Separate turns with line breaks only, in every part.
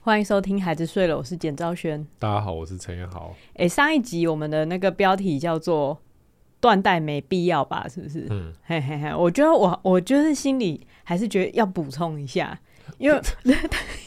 欢迎收听《孩子睡了》，我是简昭轩。
大家好，我是陈彦豪。
诶，上一集我们的那个标题叫做“断代没必要吧”，是不是？
嗯，
嘿嘿嘿，我觉得我我就是心里还是觉得要补充一下，因为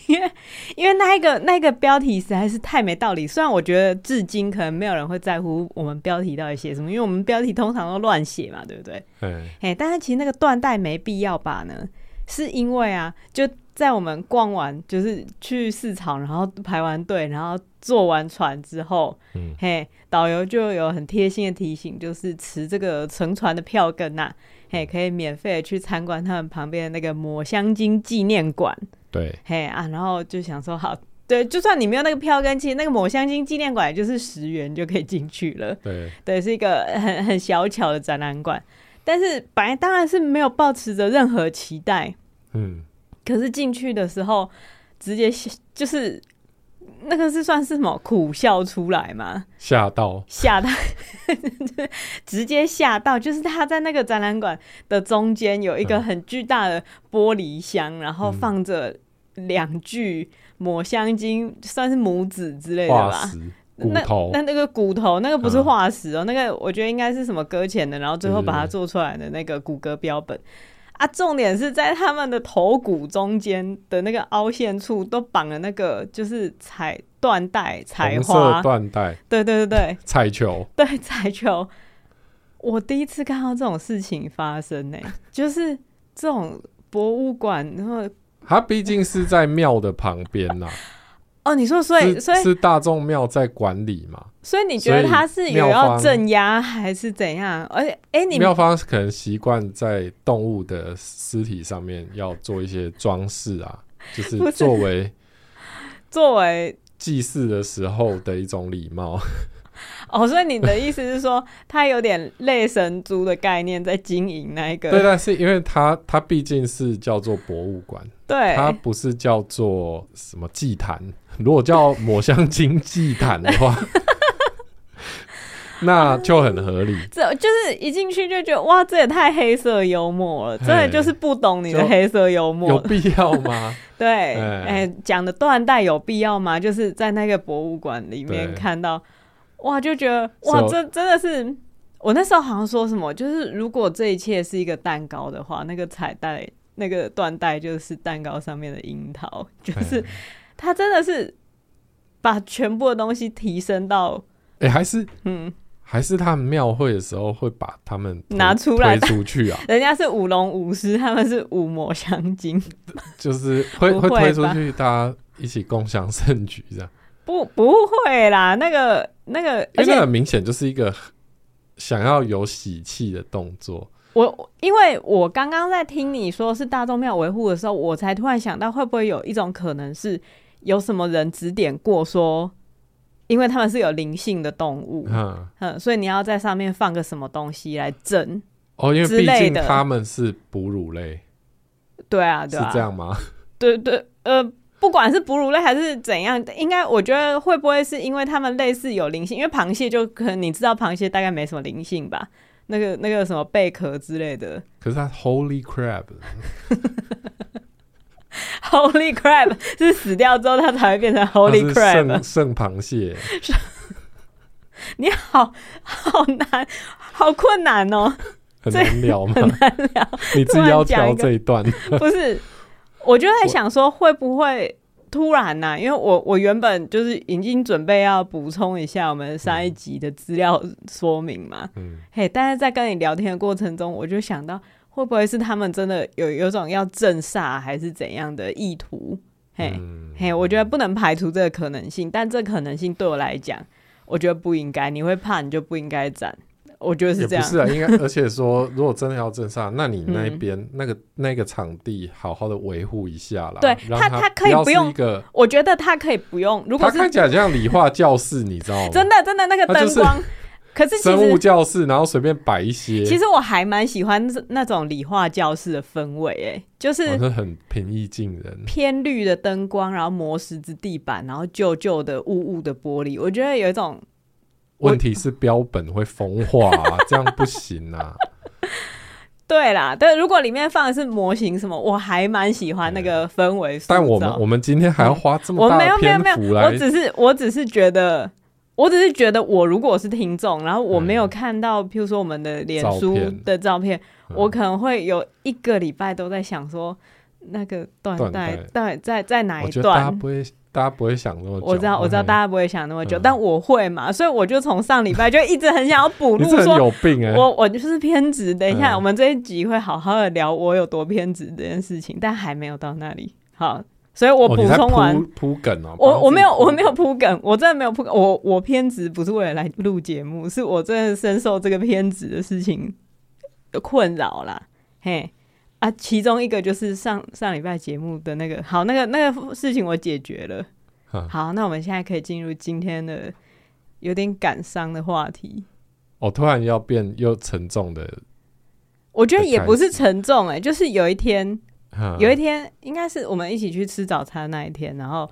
因为因为那一个那一个标题实在是太没道理。虽然我觉得至今可能没有人会在乎我们标题到底写什么，因为我们标题通常都乱写嘛，对不对？
哎，
嘿，但是其实那个断代没必要吧呢，是因为啊，就在我们逛完，就是去市场，然后排完队，然后坐完船之后，
嗯
嘿，导游就有很贴心的提醒，就是持这个乘船的票根呐、嘿，可以免费地去参观他们旁边的那个抹香鲸纪念馆，
对，
嘿啊，然后就想说好。对，就算你没有那个票根，其实那个抹香鲸纪念馆也就是十元就可以进去了。
对，
对，是一个很很小巧的展览馆。但是本来当然是没有抱持着任何期待，
嗯，
可是进去的时候直接吓就是那个是算是什么苦笑出来嘛，
吓到，
吓到，直接吓到，就是他在那个展览馆的中间有一个
嗯
很巨大的玻璃箱，然后
嗯
放着两具抹香鲸，算是母子之类的
化
吧，
石、骨
那
头
那，那个骨头，那个不是
嗯
化石哦、那个我觉得应该是什么搁浅的，然后最后
对对
把它
对
做出来的那个骨骼标本。啊，重点是在他们的头骨中间的那个凹陷处都绑了那个就是彩缎带、彩
红
花
色，缎带、
对对对
彩球，
对对彩球。我第一次看到这种事情发生呢、就是这种博物馆，然后
它毕竟是在庙的旁边 呐，
哦，你说所以
是
所以
是大众庙在管理嘛，
所以你觉得
所以
他是有
妙
要
方
镇压还是怎样？而且哎，你
庙方可能习惯在动物的尸体上面要做一些装饰啊， 就
不是
是作为
作为
祭祀的时候的一种 礼貌。
哦，所以你的意思是说，它有点类神猪的概念在经营那一个，
对，啊但是因为它它毕竟是叫做博物馆，
对
它不是叫做什么祭坛，如果叫抹香鲸祭坛的 话，那就很合理。
这就是一进去就觉得哇，这也太黑色幽默了，
嘿
真的就是不懂你的
就
黑色幽
有
默。
必要吗？
对，
哎
哎、讲的断代有必要吗？就是在那个博物馆里面
对
看到，哇，就觉得哇，
So-
这真的是。我那时候好像说什么，就是如果这一切是一个蛋糕的话，那个彩带、那个缎带就是蛋糕上面的樱桃， 就是
哎、
他真的是把全部的东西提升到，
哎还是
嗯，
还是他们庙会的时候会把他们推
拿出来
推出去啊，
人家是舞龙舞狮，他们是舞魔相金，
就是会
不会
会推出
吧
去，大家一起共享盛举这样。
不不会啦，那个那个，而
因为
且
那很明显就是一个想要有喜气的动作。
我因为我刚刚在听你说是大众庙维护的时候，我才突然想到，会不会有一种可能是有什么人指点过说，因为他们是有灵性的动物，
嗯，
嗯，所以你要在上面放个什么东西来镇，
哦，因为
之
毕
类
竟
的
他们是哺乳类，
对啊，
是
对啊，
这样吗？
对对，呃，不管是哺乳类还是怎样，应该我觉得会不会是因为它们类似有灵性？因为螃蟹就可能你知道，螃蟹大概没什么灵性吧。那个那个什么贝壳之类的
可是他 Holy Crab，
，Holy crap 是死掉之后它才会变成 Holy
它是
crap。啊
圣圣 螃蟹，
你好好难，好困难哦。
很难聊吗？你自己
突然
要
讲一
挑
个
这 一段，
不是，我就在
我
想说会不会突然呐、因为我我原本就是已经准备要补充一下我们上一集的资料说明嘛，
嗯，
嘿，但是在跟你聊天的过程中，我就想到会不会是他们真的有有种要镇煞还是怎样的意图？嘿，
嗯
嘿，我觉得不能排除这个可能性，但这可能性对我来讲，我觉得不应该。你会怕，你就不应该斩，我觉得是
也
这
不
样。
是啊，应该， 而且说，如果真的要镇煞，那你那
嗯
边、那个那个场地好好的维护一下啦。
对
让
它
它
它可以
要
不
是
用
一个，
我觉得他可以不用，如果
它
是
看起来像理化教室，你知道吗？
真的真的那个
它就
灯
是
光，可是其
生物
实
教室，然后随便摆一些，
其实我还蛮喜欢那那种理化教室的氛围，哎，就是
我是哦很平易近人。
偏绿的灯光，然后磨石子地板，然后旧旧的雾雾的玻璃，我觉得有一种
问题是标本会风化、啊，这样不行啊。
对啦，但如果里面放的是模型什么，我还蛮喜欢那个氛围塑造。
啊但我们我们今天还要花这么
我
大
没有
的
没有
篇
没
幅
有，我
来
只是我只是觉得，我只是觉得，我如果是听众，然后我没有看到，譬如说我们的脸
嗯照
书
片
的照片，
嗯
我可能会有一个礼拜都在想说，那个断
断
代
代
到底在在哪
我
一
觉得大家
段？
不会，大家不会想那么久。
我知道，我知道，
嗯
大家不会想那么久，
嗯
但我会嘛，所以我就从上礼拜就一直很想要补
你
录
这人
说，
有病哎、
我我就是偏执。等一下，
嗯
我们这一集会好好的聊我有多偏执这件事情，但还没有到那里。好，所以我
哦
补
你在
充完，
铺铺梗哦、帮
我
自己
我没有
铺
我没有铺梗，我真的没有铺梗。我我偏执不是为了来录节目，是我真的深受这个偏执的事情的困扰啦。嘿啊，其中一个就是上上礼拜节目的那个，好，那个那个事情我解决了。
嗯
好，那我们现在可以进入今天的有点感伤的话题。
我哦突然要变又沉重的，
我觉得也不是沉重哎、就是有一天，
嗯
有一天应该是我们一起去吃早餐那一天，然后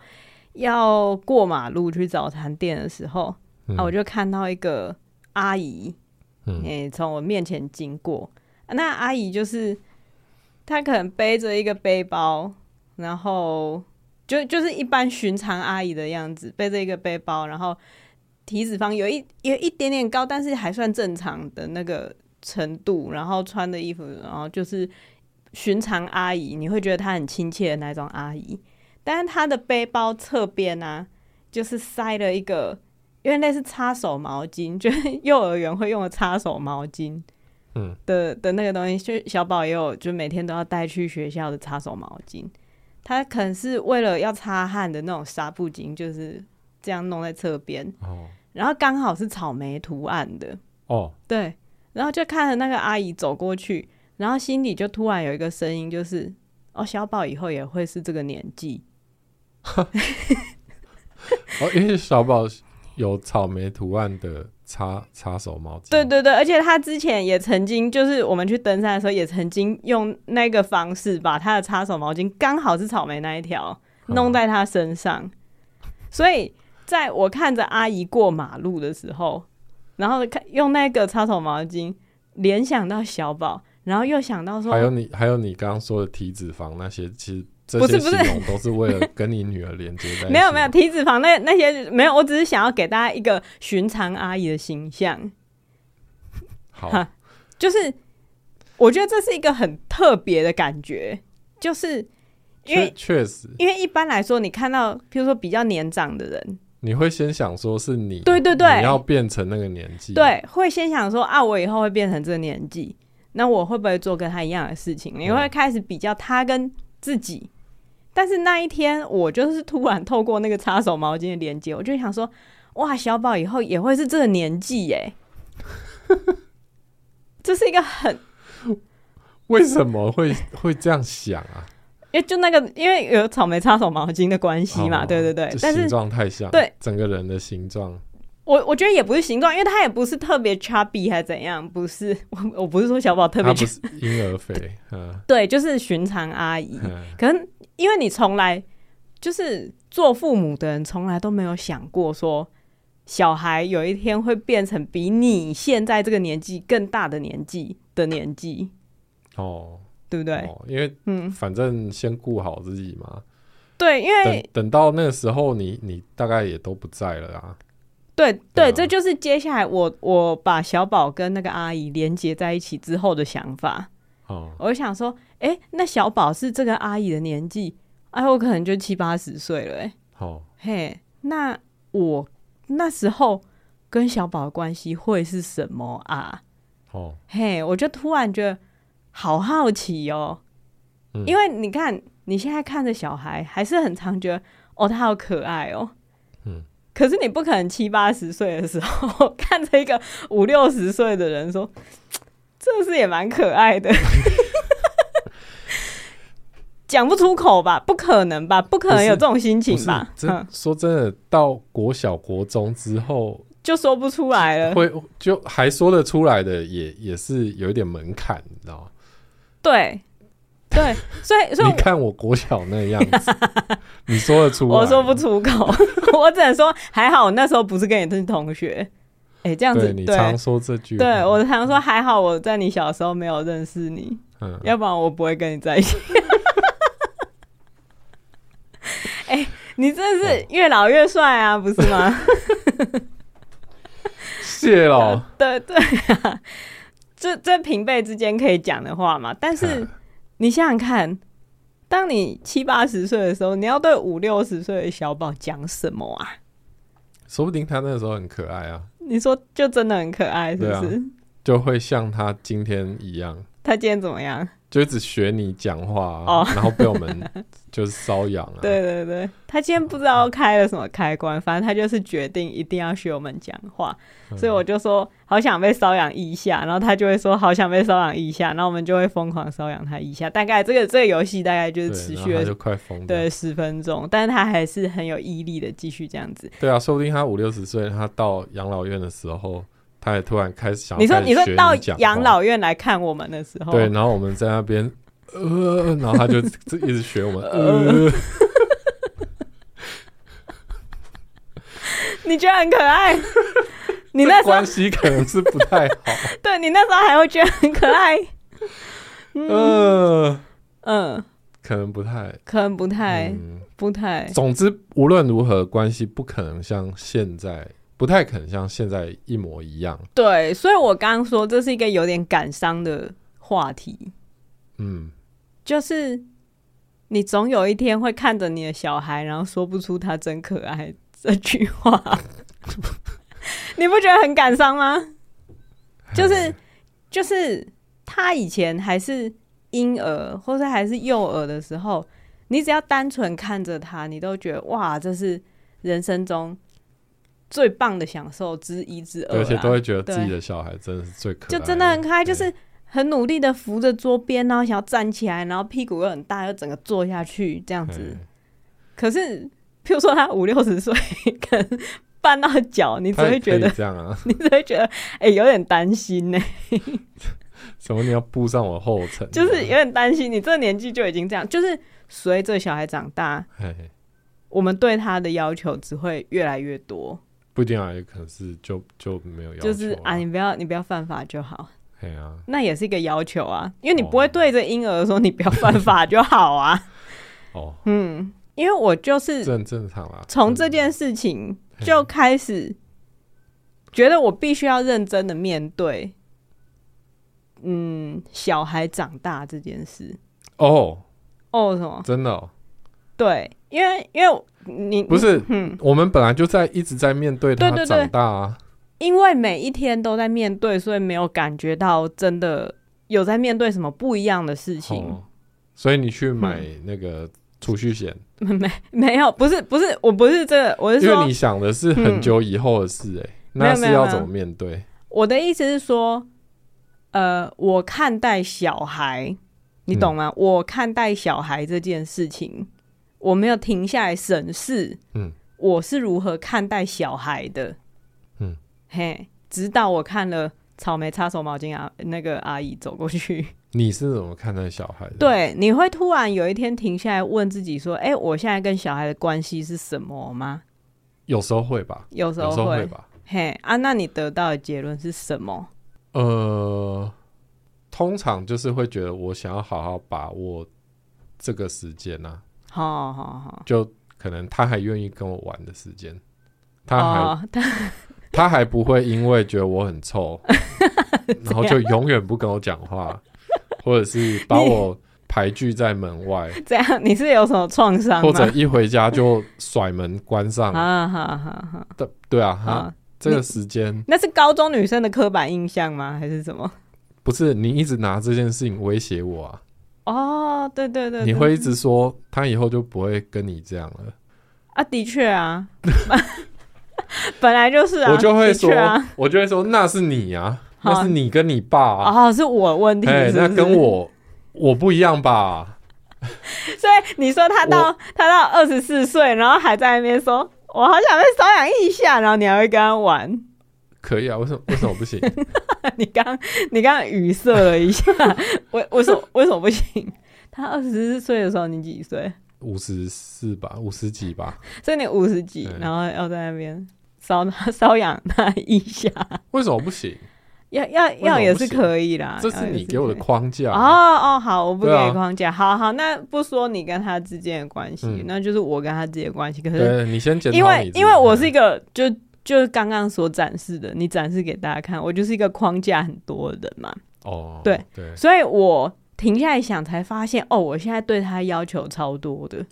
要过马路去早餐店的时候，
嗯
啊，我就看到一个阿姨，
嗯
诶、从我面前经过。啊那阿姨就是她可能背着一个背包，然后就就是一般寻常阿姨的样子，背着一个背包，然后体脂肪有一有一点点高，但是还算正常的那个程度，然后穿的衣服，然后就是寻常阿姨，你会觉得她很亲切的那种阿姨。但是她的背包侧边啊，就是塞了一个因为类似擦手毛巾， 就是幼儿园会用的擦手毛巾，
嗯
的的那个东西，就是小宝也有，就每天都要带去学校的擦手毛巾。他可能是为了要擦汗的那种纱布巾，就是这样弄在侧边，
哦
然后刚好是草莓图案的，
哦，
对，然后就看着那个阿姨走过去，然后心里就突然有一个声音，就是哦，小宝以后也会是这个年纪，
哦，因为小宝有草莓图案的擦擦手毛巾，
对对对，而且他之前也曾经，就是我们去登山的时候，也曾经用那个方式把他的擦手毛巾，刚好是草莓那一条，
嗯
弄在他身上。所以在我看着阿姨过马路的时候，然后看用那个擦手毛巾，联想到小宝，然后又想到说
还，有你还有你刚刚说的体脂肪那些，其实这
不是
些
不是
形容都是为了跟你女儿连接在一 起。
没有没有，体脂肪那那些没有，我只是想要给大家一个寻常阿姨的形象。
好，
哈就是我觉得这是一个很特别的感觉，就是因
确
为
确实
因为一般来说，你看到譬如说比较年长的人，
你会先想说是你，
对对对
你要变成那个年纪，，
对，会先想说啊，我以后会变成这个年纪，那我会不会做跟他一样的事
嗯
情？你会开始比较他跟自己。但是那一天，我就是突然透过那个擦手毛巾的连接，我就想说，哇，小宝以后也会是这个年纪耶。 这是一个很
为什么会会这样想啊？
因为就那个，因为有草莓擦手毛巾的关系嘛，
哦
对对对
这。
但是
形状太像，
对
整个人的形状，
我我觉得也不是形状，因为他也不是特别 chubby 还怎样，不是我我不是说小宝特别
它
chubby，
不是婴儿肥， 嗯
对，就是寻常阿姨。
嗯，
可能因为你从来就是做父母的人，从来都没有想过说小孩有一天会变成比你现在这个年纪更大的年纪的年纪，
哦，
对不对？
哦，因为
嗯，
反正先顾好自己嘛。
对，因为
等等到那个时候你，你大概也都不在了啊。
对
对
对，
啊
这就是接下来我我把小宝跟那个阿姨连接在一起之后的想法。
哦，
我就想说，哎、那小宝是这个阿姨的年纪，哎，我可能就七八十岁了、哎，
哦，
嘿，那我那时候跟小宝的关系会是什么啊？
哦，
嘿，我就突然觉得好好奇哦，
嗯
因为你看你现在看着小孩，还是很常觉得哦，他好可爱哦。
嗯
可是你不可能七八十岁的时候 看着一个五六十岁的人说，这是也蛮可爱的， 讲不出口吧？不可能吧？不可能有这种心
不
情
是
吧，？嗯
真，说真的，到国小国中之后，
就说不出来了。
会就还说得出来的也，也是有一点门槛，你知道吗？
对，对，所 以所以
你看我国小那样 子，你说得出来？
我说不，出口，我只能说还好，我那时候不是跟你是同学，哎、这样子
你
对
常说这句话，
对我常说还好我在你小时候没有认识你，
嗯，
要不然我不会跟你在一 起。哎、你真的
哦
是越老越帅啊，不是吗？
谢喽。
对对啊，这这平辈之间可以讲的话嘛。但是
嗯
你想想看，当你七八十岁的时候，你要对五六十岁的小宝讲什么啊？
说不定他那时候很可爱啊，
你说就真的很可爱，是不
对啊
是？
就会像他今天一样，
他今天怎么样？
就一直学你讲话、啊，
哦
然后被我们就是瘙痒 啊。
对对对，他今天不知道开了什么开关，反正他就是决定一定要学我们讲话，
嗯，
所以我就说好想被瘙痒一下，然后他就会说好想被瘙痒一下，然后我们就会疯狂瘙痒他一下。大概这个这个游戏大概就是
对
持
然
续
后他
了
就快疯掉。
对十分钟，但是他还是很有毅力的继续这样子。
对啊，说不定他五六十岁，他到养老院的时候，他也突然开始想要
你说
开始
你说
学
到
讲话
养老院来看我们的时候，
对，然后我们在那边呃，然后他就就一直学我们呃，
你觉得很可 爱？ 你那时
这
候
关系可能是不太 好，
对你那时候还会觉得很可爱，
呃，
嗯，
可能不太。
可能不太、
嗯，
不太
总之无论如何，关系不可能像现在，不太可能像现在一模一样。
对，所以我刚刚说这是一个有点感伤的话题，
嗯，
就是你总有一天会看着你的小孩，然后说不出他真可爱这句话， 你不觉得很感伤吗？
哎
就是就是他以前还是婴儿或者还是幼儿的时候，你只要单纯看着他，你都觉得哇，这是人生中最棒的享受之一之二、啊，
而且都会觉得自己的小孩真的是最可爱，
就真的很可爱，
对
就是很努力的扶着桌边，然后想要站起来，然后屁股又很大，又整个坐下去这样子
嗯。
可是，譬如说他五六十岁，可能绊到脚，你只
他也
会觉
可以
得，
这样啊？
你只会觉得，哎、有点担心呢、
什么你要步上我后尘？啊
就是有点担心，你这年纪就已经这样，就是随着小孩长大，
嘿
我们对他的要求只会越来越多，
不一定啊，也可能是就就没有要求、
就是啊，，你不要你不要犯法就好。
嘿啊，
那也是一个要求啊，因为你不会
哦
对着婴儿说你不要犯法就好啊。
哦，
嗯， 因为我就是
这很正常啦。
从这件事情
嗯
就开始觉得我必须要认真的面对，嗯，小孩长大这件事。
哦，
哦，什么？
真的、哦、
对，因为因为你
不，是，
嗯，
我们本来就在一直在面对
对
他
对对
长大啊，
因为每一天都在面对，所以没有感觉到真的有在面对什么不一样的事情。嗯
哦，所以你去买那个储蓄险，
没 没有，不是不是，我不是这个，我是
因为
说嗯
你想的是很久以后的事、欸，哎、
没有
那
没有
是要怎么面对？
我的意思是说，呃，我看待小孩，你懂
嗯
吗？我看待小孩这件事情，我没有停下来审视，
嗯，
我是如何看待小孩的，
嗯，
嘿，直到我看了草莓擦手毛巾啊，那个阿姨走过去，
你是怎么看待小孩的？，
对，你会突然有一天停下来问自己说，哎、我现在跟小孩的关系是什么吗？
有时候会吧，
有时
有
候
时
会，
候会吧。
嘿啊，那你得到的结论是什么？
呃，通常就是会觉得我想要好好把握这个时间呐、啊，
好好好，
就可能他还愿意跟我玩的时间，他啊还、
哦， 他
他还不会因为觉得我很 臭，然后就永远不跟我讲话，或者是把我排拒在门外，
这样你是有什么创伤吗？
或者一回家就甩门 关上。
啊，好好
对对啊，
好，
他
啊
这个时间
那是高中女生的刻板印象吗？还是什么？
不是你一直拿这件事情威胁我啊，
哦，对对对，
你
对
会一直说他以后就不会跟你这样了。
啊，的确啊， 本来就是啊，
我就会
的
说，
确啊，
我就会说那是你啊，
好
那是你跟你爸、啊，
哦，是我问题，
哎、
是不
那
是
跟，我我不一样吧？
所以你说他到他到二十四岁，然后还在那边说，我好想被瘙痒一下，然后你还会跟他玩，
可以啊，为什么为什么不行？
你刚你刚刚语塞了一下， 为为什么为什么不行？他二十四岁的时候，你几岁？
五十四吧，五十几吧，
所以你五十几
对，
然后要在那边搔他 搔痒他一下，
为什么不行？
要要
什么
要也
不
是
行
可以啦。
这
要
是
也
你给我的
可以
框架啊。
哦哦，好，我不
对啊
给框架。好好，那不说你跟他之间的关系，
嗯
那就是我跟他之间的关系。可是
对，你啊先检讨
因为
你自己啊
因为我是一个就就是刚刚所展示的，你展示给大家看，我就是一个框架很多的人嘛，
哦，
对
对，
所以我停下来想才发现，哦，我现在对他要求超多的，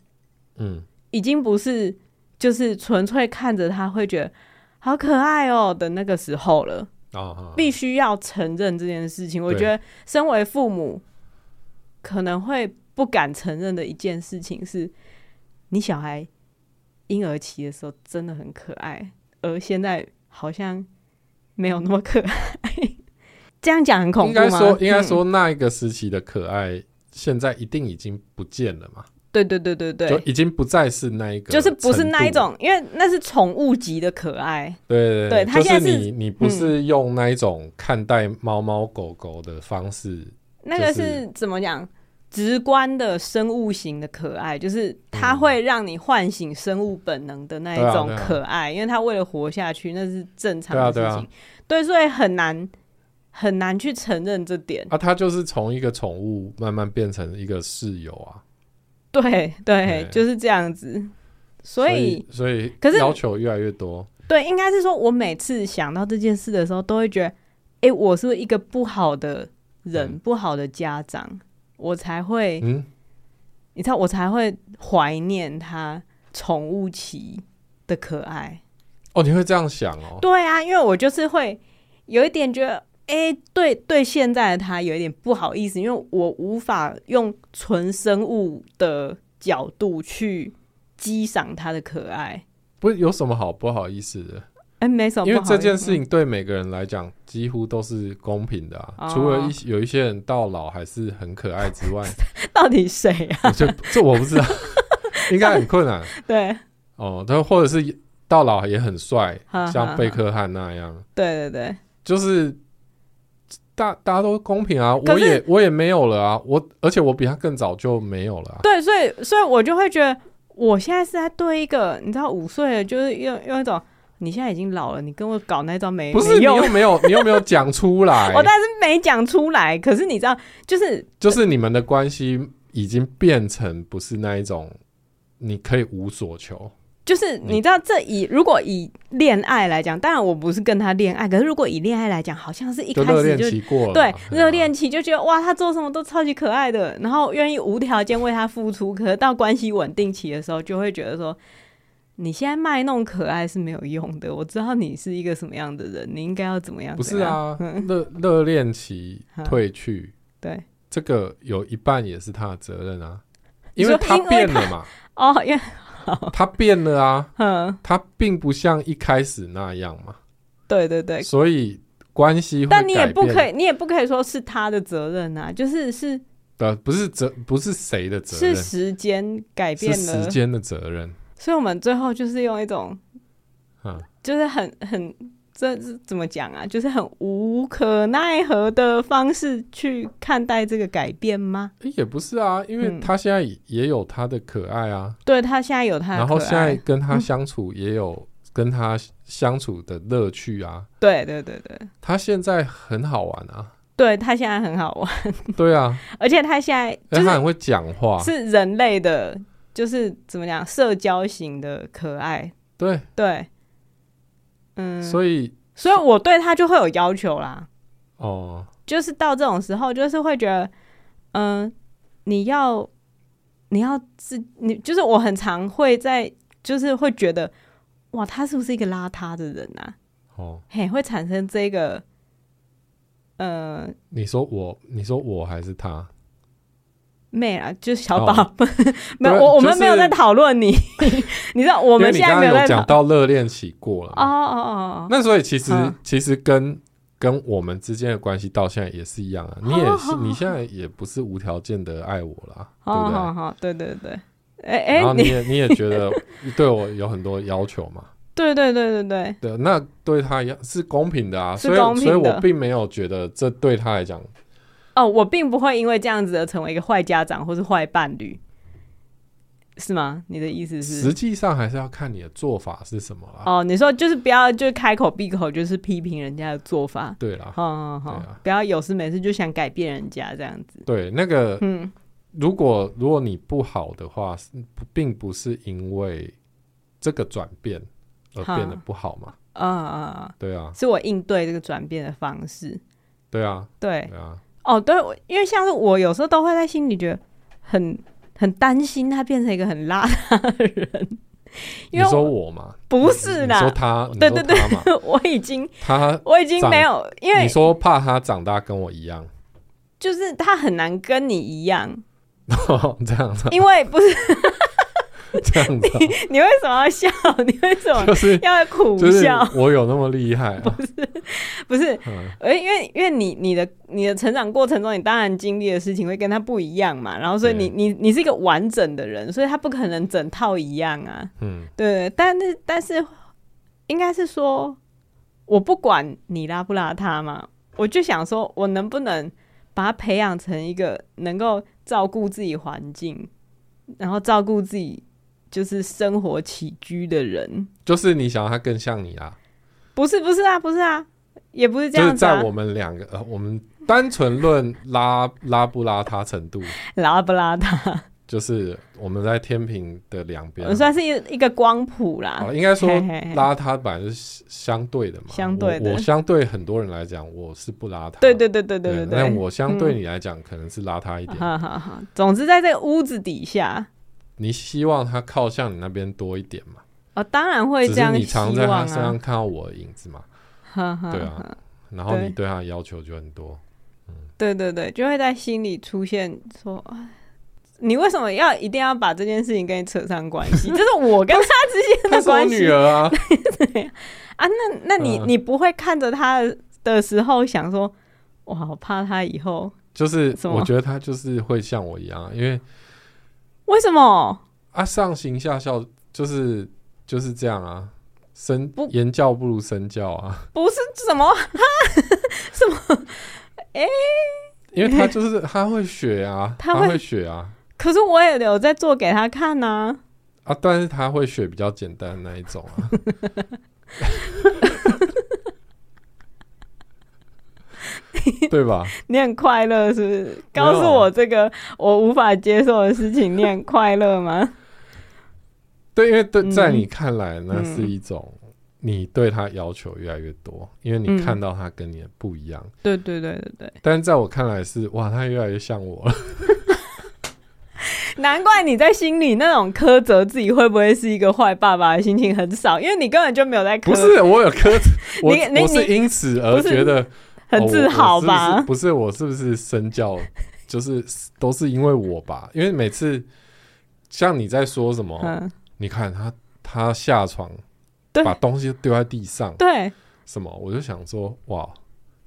嗯，
已经不是就是纯粹看着他会觉得好可爱哦的那个时候了。
哦，
必须要承认这件事情。我
对
觉得身为父母，可能会不敢承认的一件事情是，你小孩婴儿期的时候真的很可爱，而现在好像没有那么可爱。这样讲很恐
应
怖吗？
该说应该
嗯
说那一个时期的可爱，现在一定已经不见了嘛，
对对对对
就
对。
已经不再是那一个程
就
度，
是不是那一种，因为那是宠物级的可爱，对
对对
他
就是
现在是嗯
你你不是用那一种看待猫猫狗狗的方式，
那个
就是
是怎么讲？直观的生物型的可爱，就是它会让你唤醒生物本能的那一种
嗯对啊对啊
可爱，因为它为了活下去，那是正常
对
的
啊
事情。对，所以很难很难去承认这点。
啊，它就是从一个宠物慢慢变成一个室友啊，
对对
对，
就是这样子。所
所
以
所以
可是
要求越来越多，
对，应该是说，我每次想到这件事的时候，都会觉得，诶，我是不是一个不好的人，
嗯
不好的家长，我才会
嗯，
你知道，我才会怀念它宠物期的可爱。
哦，你会这样想哦，
对啊，因为我就是会有一点觉得，哎、对对，现在的它有一点不好意思，因为我无法用纯生物的角度去激赏它的可爱。
不是有什么好不好意思的，
哎、没什么不
因
好
为
意思，
这件事情对每个人来讲几乎都是公平的啊，
哦
除了一些有一些人到老还是很可爱 之外，
到底谁啊？
我就这我不知道， 应该很困难
对
哦。他或者是到老也很帅
哈，哈
像贝克汉那样，
对对对，
就是大大家都公平啊。
可
我
是
也我也没有了啊，我而且我比他更早就没有了啊。
对，所以所以我就会觉得，我现在是在对一个你知道五岁的，就是用用一种你现在已经老了，你跟我搞那招没
不是
没
你
用
又没有，你又没有讲出来
我，但是没讲出来，可是你知道，就是
就是你们的关系已经变成不是那一种你可以无所求。
就是
嗯
你知道，这以如果以恋爱来讲，当然我不是跟他恋爱，可是如果以恋爱来讲，好像是一
就
开
热
始
恋
就
期过了，
对
嘛啊
热恋，期就觉得哇，他做什么都超级可爱的，然后愿意无条件为他付出。可是到关系稳定期的时候，就会觉得说，你现在卖弄可爱是没有用的。我知道你是一个什么样的人，你应该要怎么样？
不是
怎样，
啊，热热恋期
嗯
退去，
对
这个有一半也是他的责任啊，
你
因
说
为他
因为
变了嘛，
哦，因为
他变了啊，
嗯，
他并不像一开始那样 嘛，
对对对，
所以关系会
但你也
改
不可
变
以，你也不可以说是他的责任啊，就是是
的，不是责，不是谁的责
是
任，
时间改
是
变
时
了，
间的责任，
所以我们最后就是用一种
嗯，
就是很很这这怎么讲啊，就是很无可奈何的方式去看待这个改变吗？
诶也不是啊，因为
嗯
他现在也有他的可爱啊，
对他现在有嗯他的
然后
可爱
现在跟他相处也有跟他相处的乐趣啊，
对对对对。
他现在很好玩啊，
对他现在很好玩，
对啊。
而且他现在
哎、
就
他
是
很会讲话，
是人类的，就是怎么讲，社交型的可爱，
对，
对，嗯，
所以
所以我对他就会有要求啦，
哦，
就是到这种时候，就是会觉得，嗯、你要，你要自你，就是我很常会在，就是会觉得，哇，他是不是一个邋遢的人啊？
哦，
嘿，会产生这个，呃，
你说我，你说我还是他？
妹啊，就是小宝，没有，
对
我我
就
们
是
没有在讨论你，你知道，我
我
们现在没
有
在讨
讲到热恋期过了
哦
嘛，
哦哦哦，
那所以其实、
嗯
其实跟跟我们之间的关系到现在也是一样
哦
啊，你也是、你现在也不是无条件的爱我啦，对
好
不对？
好好，对对对，哎
然
哎，
后你
哦你
也你也觉得 对我有很多要求嘛？
对对对对对，
对，那对他一样是公平的啊，
是
所以
公平
所以我
的
并没有觉得这对他来讲，
哦，我并不会因为这样子而成为一个坏家长或是坏伴侣。是吗？你的意思是？
实际上还是要看你的做法是什么啦。
哦，你说就是不要就是开口闭口就是批评人家的做法，
对啦，
好好好，
对啊
不要有事没事就想改变人家这样子。
对那个，
嗯，
如果如果你不好的话，是不并不是因为这个转变而变得
哈
不好嘛？
啊啊，啊
对啊，
是我应对这个转变的方式。
对啊，
对，
对啊，
哦，对，我因为像是我有时候都会在心里觉得很很担心他变成一个很邋遢的人，
你
因为
说
我
我嘛，
不是
你说
啦，
他，你
对
说
对对
他嘛，
我已经
他，
我已经没有，因为
你说怕他长大跟我一样，
就是他很难跟你一样，
这样 子，
因为不是
这 样子啊，
你为什么要笑？你为什 么
就是
要苦
就是
笑？
我有那么厉害啊？
不是，
嗯
而因为因为你你的你的成长过程中，你当然经历的事情会跟他不一样嘛，然后所以你
对
你你是一个完整的人，所以他不可能整套一样啊。
嗯，
对，但是但是应该是说，我不管你邋不邋遢嘛，我就想说我能不能把他培养成一个能够照顾自己环境，然后照顾自己就是生活起居的人。
就是你想要他更像你啊，
不是不是啊，不是啊，也不是这
就是
样子啊
在。我们两个，呃，我们单纯论拉拉不邋遢程度，
邋不邋遢，
就是我们在天平的两边
我，哦算是一一个光谱啦
啊好。应该说
嘿嘿嘿
邋遢本来是相对的嘛，
相对的
我。我相对很多人来讲，我是不邋遢，
对对对对对对对。
那
嗯
我相对你来讲，可能是邋遢一点。
哈哈哈，总之在这个屋子底下，
你希望他靠向你那边多一点嘛？
哦，当然会这
只是
样
你
希
常在他
望
身上
啊。嗯
看到我的影子嘛？
哈哈，
对啊
哈
然后
对
你对他的要求就很 多。
对对对，就会在心里出现说，哎你为什么要一定要把这件事情跟你扯上关 系？这是我跟他之间
她
的
是我
关
女
系
儿 啊，
啊。那那你、
嗯
你不会看着他的时候想说，我好怕他以后
就是
什么
我觉得她就是会像我一样，啊因为
为什么？
啊上行下效就是就是这样啊，身
不
言教不如身教啊，
不是什么？
因为她就是她会学 啊，
她
她
会
会学啊
可是我也有在做给他看呐、
啊，但是她会学比较简单的那一种啊， 对吧？
你很快乐是不是？
没有
告诉我这个我无法接受的事情，你很快乐吗？
对，因为对，
嗯
在你看来，那
嗯
是一种你对他要求越来越多，因为你
嗯
看到他跟你的不一样。
对对对对对，
但是在我看来是，哇，他越来越像我了。
难怪你在心里那种苛责自己会不会是一个坏爸爸的心情很少，因为你根本就没有在苛，
不是，我有苛责，我
你你
我是
你
因此而
不是
觉得哦
很自豪吧？
哦我我是不是不是，我是不是身教，就是都是因为我吧？因为每次像你在说什么，
嗯，
你看他他下床
对
把东西丢在地上，
对
什么，我就想说，哇，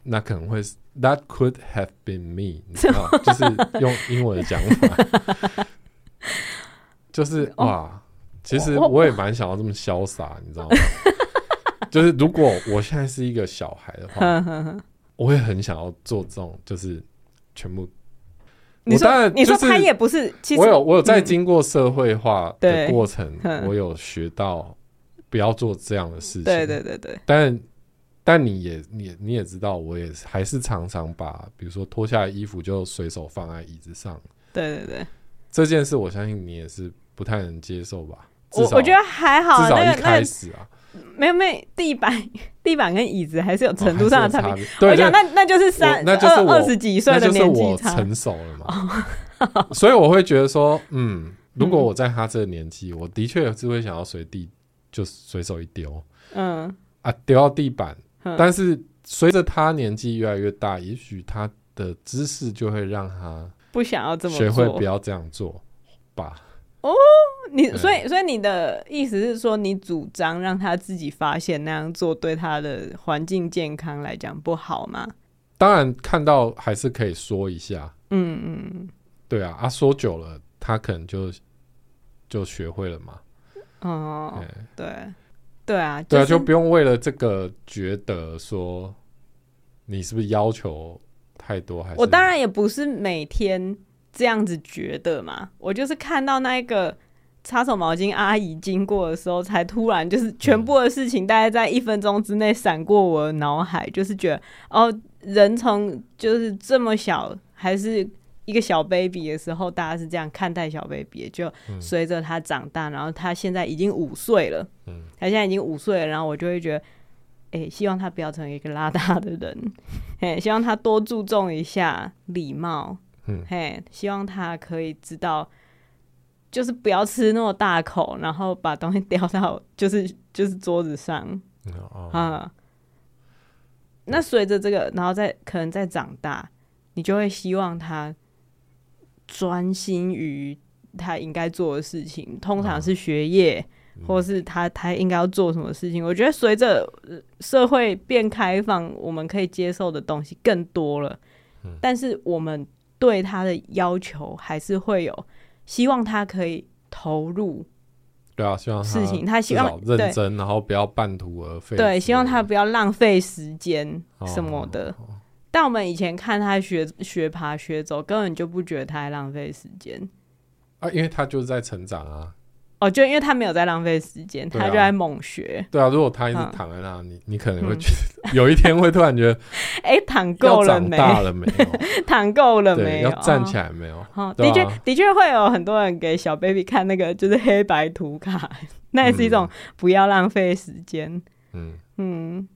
那可能会是 That could have been me，你知 道吗，就是用英文的讲法， 就是
哦
哇，其实
我
我也蛮想要这么潇洒，你知道吗？ 就是如果我现在是一个小孩的话，
呵呵呵，
我会很想要做这种，就是全部。
你
我当
说
然
你说
就是
他也不是，其实嗯
我有我有在经过社会化的
对
过程，
嗯
我有学到不要做这样的事情。
对对对对，
但但你也你也你也知道，我也还是常常把比如说脱下来衣服就随手放在椅子上
对对对，
这件事，我相信你也是不太能接受吧？
我
至少
我觉得还好啊，
至少
那
一
个那
开
个
始啊，
没有没有地板地板跟椅子还是有
哦
程度上的差
还是有
别。
别。
我
对，
想
对
那那就是三
那就是
二
我
二十几岁
那
的
就是
年纪
我
差，
成熟了嘛，所以我会觉得说，嗯，如果我在他这个年纪，我的确是会想要随地就随手一丢
嗯
啊，丢到地板。
嗯
但是随着他年纪越来越大，也许他的知识就会让他
不想要这么
学会
做
不。要这样做吧。
你
对
所以所以你的意思是说，你主张让他自己发现那样做对他的环境健康来讲不好吗？
当然，看到还是可以说一下，
嗯嗯嗯
对啊，啊，说久了他可能就就学会了嘛，
哦
对，
对对啊，
对啊，
是
就不用为了这个觉得说你是不是要求太多，还是
我当然也不是每天这样子觉得嘛，我就是看到那一个擦手毛巾阿姨经过的时候，才突然就是全部的事情大概在一分钟之内闪过我的脑海，就是觉得哦，人从就是这么小还是一个小 baby 的时候，大家是这样看待小 baby，的就随着他长大，然后他现在已经五岁了，
嗯
他现在已经五岁了，然后我就会觉得。哎、希望他不要成为一个邋遢的人，哎，希望他多注重一下礼貌，
嗯
嘿，希望他可以知道，就是不要吃那么大口，然后把东西 掉到就是就是桌子上
嗯哦，
啊。那随着这个，然后再可能再长大，你就会希望他专心于他应该做的事情，通常
哦
是学业，
嗯
或是他他应该要做什么事情。我觉得随着呃社会变开放，我们可以接受的东西更多了，
嗯
但是我们对他的要求还是会有，希望他可以投入
对啊，希望他
事情，他希
至
望
少
对
认真，然后不要半途而废之类的。
对，希望他不要浪费时间
哦
什么的。但我们以前看他学学爬学走，根本就不觉得他在浪费时间。
啊，因为他就是在成长啊。
哦，就因为他没有在浪费时间，
对啊
他就在猛学。
对啊，如果他一直
嗯
躺在那，你你可能会觉得 有一天会突然觉得
哎、躺够
要
了
长
没？
大 了没有？
躺够了
对，
没
要
有？
站
哦
起来没有？
哦，
对
的
啊
确，的确会有很多人给小 baby 看那个就是黑白图卡，那也是一种不要浪费时间。
嗯，
嗯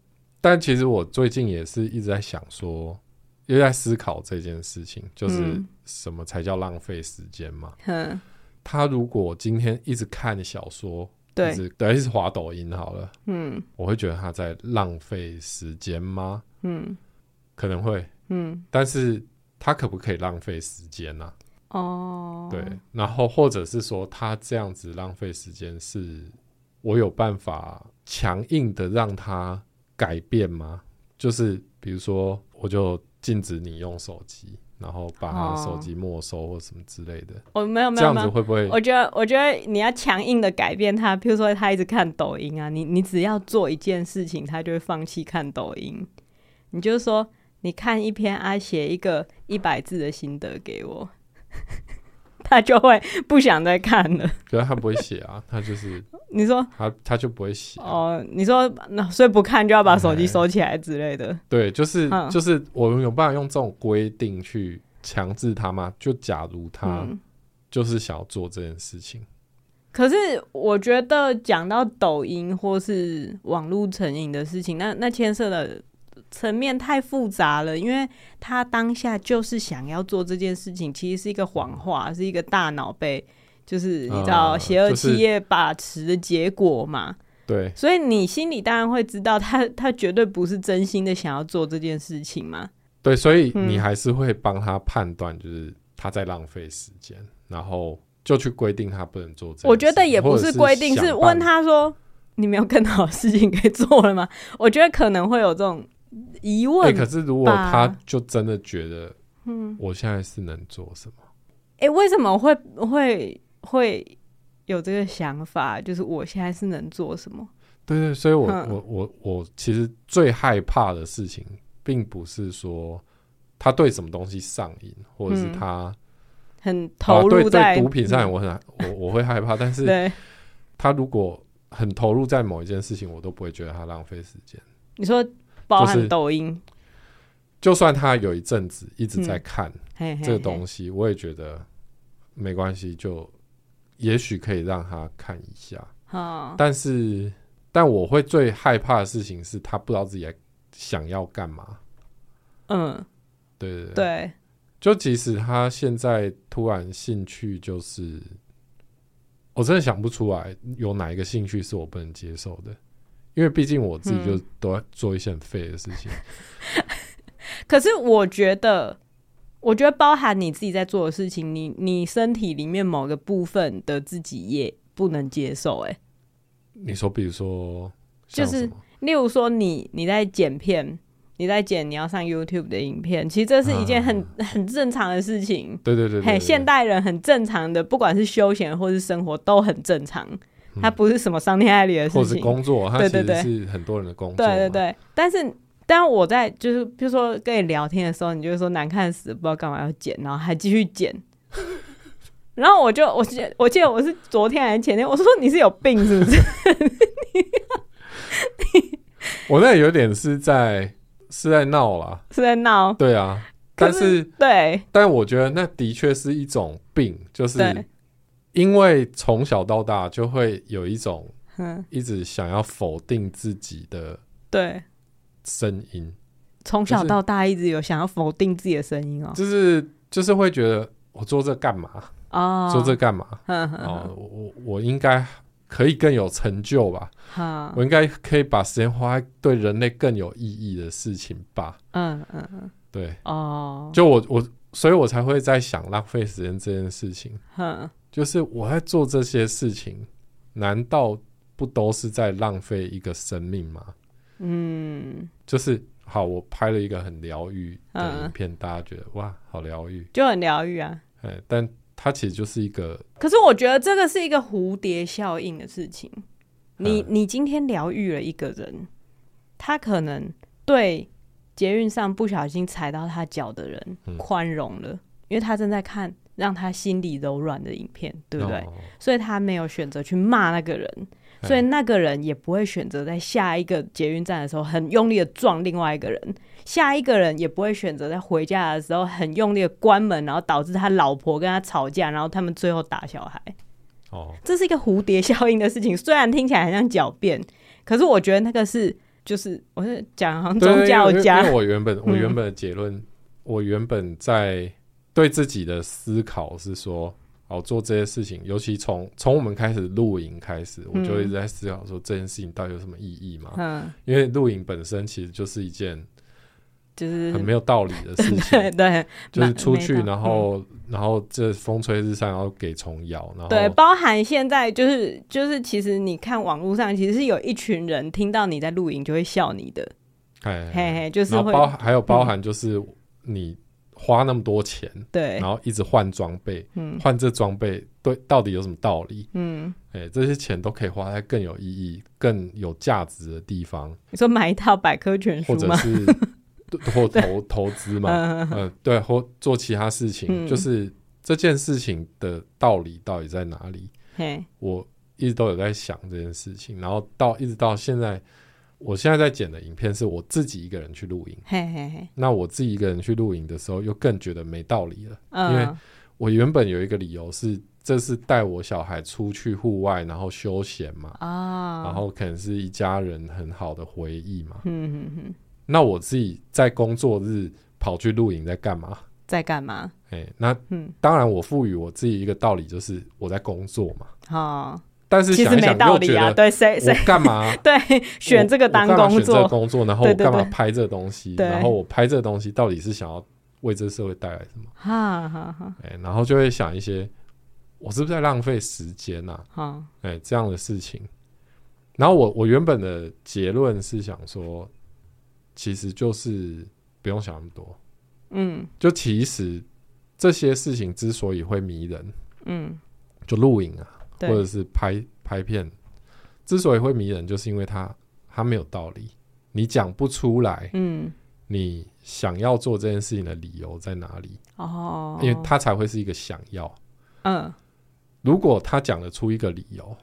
但其实我最近也是一直在想说，又在思考这件事情，就是
嗯
什么才叫浪费时间嘛？
哼，
他如果今天一直看小说，一
对，
直对，一直滑抖音好了，
嗯
我会觉得他在浪费时间吗？
嗯
可能会，
嗯，
但是他可不可以浪费时间啊呢、
哦，
对，然后或者是说他这样子浪费时间，是我有办法强硬的让他改变吗？就是比如说，我就禁止你用手机，然后把他的手机没收或什么之类的，
我哦没有没
这
有
样
没
子
有。哦
会不会？
我觉得，我觉得你要强硬的改变他，譬如说他一直看抖音啊，你你只要做一件事情，他就会放弃看抖音。你就说，你看一篇啊，写一个一百字的心得给我， 他就会不想再看了。
觉得他不会写啊，他就是
你说
他他就不会写、啊。
哦，你说那所以不看就要把手机收起来之类的，
对，就是、
嗯
就是我们有办法用这种规定去强制他吗？就假如他
嗯。
就是想要做这件事情，
可是我觉得讲到抖音或是网络成瘾的事情，那那牵涉的层面太复杂了，因为他当下就是想要做这件事情，其实是一个谎话，是一个大脑被就是你知道
啊
邪恶
就是
企业把持的结果嘛。
对，
所以你心里当然会知道他他绝对不是真心的想要做这件事情嘛。
对，所以你
嗯
还是会帮他判断，就是他在浪费时间，然后就去规定他不能做这件事。
我觉得也不
或者
是
是
规定，
想
是
办
问他说：“你没有更好的事情可以做了吗？” 我觉得可能会有这种疑
法。哎、
问。
可是如果
吧
他就真的觉得，嗯，我现在是能做什么？
哎、为什么会会会有这个想法？就是我现在是能做什么？
对对，所以我、
嗯
我我我其实最害怕的事情，并不是说他对什么东西上瘾，或者是
嗯
他、
很
啊
投入
对
在、嗯
对毒品上瘾，我很我我会害怕，但是
对，
他如果很投入在某一件事情，我都不会觉得他浪费时间。
你说包
就
含
是
抖音，
就算他有一阵子一直在看
嘿嗯嘿
这个
嘿
东西，我也觉得没关系，就也许可以让他看一下。
啊，
但是，但我会最害怕的事情是他不知道自己在想要干嘛。
嗯，
对对对，
对，
就即使他现在突然兴趣就是，我真的想不出来有哪一个兴趣是我不能接受的，因为毕竟我自己
嗯
就都在做一些很废的事情。
可是我觉得，我觉得包含你自己在做的事情，你你身体里面某个部分的自己也不能接受、欸。
你说，比如说，
就
像
是
什么
例如说你你在剪片，你在剪你要上 YouTube 的影片，其实这是一件很、很正常的事情。
对啊对对对
嘿，
对
现代人很正常的，不管是休闲或是生活都很正常，它不是什么伤天害理的
嗯或
事
者是啊
情。
工作，它
对
其
对
实是很多人的工作。
对对，对，但是但我在就是比如说 跟你聊天的时候，你就会说难看死，不知道干嘛要剪，然后还继续剪。然后我就我记我记得我是昨天还是前天，我说你是有病是不是？
我那有点是在是在闹啦，
是在闹？
对啊，
可
但
是
是
对
但我觉得那的确是一种病，就是
对，
因为从小到大就会有一种
嗯
一直想要否定自己的
对，
声音，
从
就是
小到大一直有想要否定自己的声音哦。
就是就是会觉得我做这干嘛？
哦，嗯
做这干嘛？
哼哼
哦，我我我应该可以更有成就吧？
哼
我应该可以把时间花在对人类更有意义的事情吧？
嗯嗯嗯
对，
哦，
就我我，所以我才会在想浪费时间这件事情。
哼
就是我在做这些事情，难道不都是在浪费一个生命吗？
嗯，
就是好，我拍了一个很疗愈的
嗯
影片，大家觉得哇，好疗愈，
就很疗愈啊。
哎，但它其实就是一个
可是我觉得这个是一个蝴蝶效应的事情。
嗯
你、你今天疗愈了一个人，他可能对捷运上不小心踩到他脚的人
嗯
宽容了，因为他正在看让他心里柔软的影片，对不对？
哦
所以他没有选择去骂那个人，所以那个人也不会选择在下一个捷运站的时候很用力的撞另外一个人，下一个人也不会选择在回家的时候很用力的关门，然后导致他老婆跟他吵架，然后他们最后打小孩。
哦，
这是一个蝴蝶效应的事情，虽然听起来很像狡辩，可是我觉得那个是就是我是讲好像
对
宗教
因为因为
家，
我原本 我
嗯
原本的结论，我原本在对自己的思考是说，哦，做这些事情，尤其从从我们开始露营开始，我就一直在思考说这件事情到底有什么意义嘛？
嗯，
因为露营本身其实就是一件
就是
很没有道理的事
对
情，
对
就是
蛮嗯
出
没
去
道理
然后然后这风吹日晒，然后给虫咬，然后
对，包含现在就是就是，其实你看网络上，其实是有一群人听到你在录影就会笑你的，
哎
嘿嘿，就是
然后
会嗯
包还有包含就是你花那么多钱，
对
然，后一直换装备，
嗯
换这装备对到底有什么道理？
嗯，
哎、这些钱都可以花在更有意义、更有价值的地方，
你说买一套百科全
或
书
者
吗？
是对或投投资嘛，
嗯，
呃，对，或做其他事情，
嗯
就是这件事情的道理到底在哪里？
嘿，
我一直都有在想这件事情，然后到一直到现在，我现在在剪的影片是我自己一个人去露营。
嘿嘿嘿，
那我自己一个人去露营的时候，又更觉得没道理了。因为
嗯，
我原本有一个理由是，这是带我小孩出去户外，然后休闲嘛，
啊，
然后可能是一家人很好的回忆嘛。
嗯嗯嗯，
那我自己在工作日跑去露营在干嘛？
在干嘛？
哎、那
嗯，
当然我赋予我自己一个道理，就是我在工作嘛。
哦，
但是
其
想
实
一
没
想
道
又
理
觉
啊，
得
对，谁谁
我干嘛
对 选这个
我
当
干嘛
工
选这个
作？
工作，然后
对
我
对
干嘛
对
拍这个东西？
对
然后我拍这个东西到底是想要为这社会带来什么？
哈哈哈，
哎、然后就会想一些，我是不是在浪费时间呐、啊？
哈，
哎、这样的事情。然后我我原本的结论是想说，其实就是不用想那么多。
嗯
就其实这些事情之所以会迷人，
嗯，
就录影啊，或
对
者是拍拍片，之所以会迷人，就是因为它它没有道理，你讲不出来
嗯，
你想要做这件事情的理由在哪里，
哦，
因为它才会是一个想要。
嗯
如果他讲得出一个理由，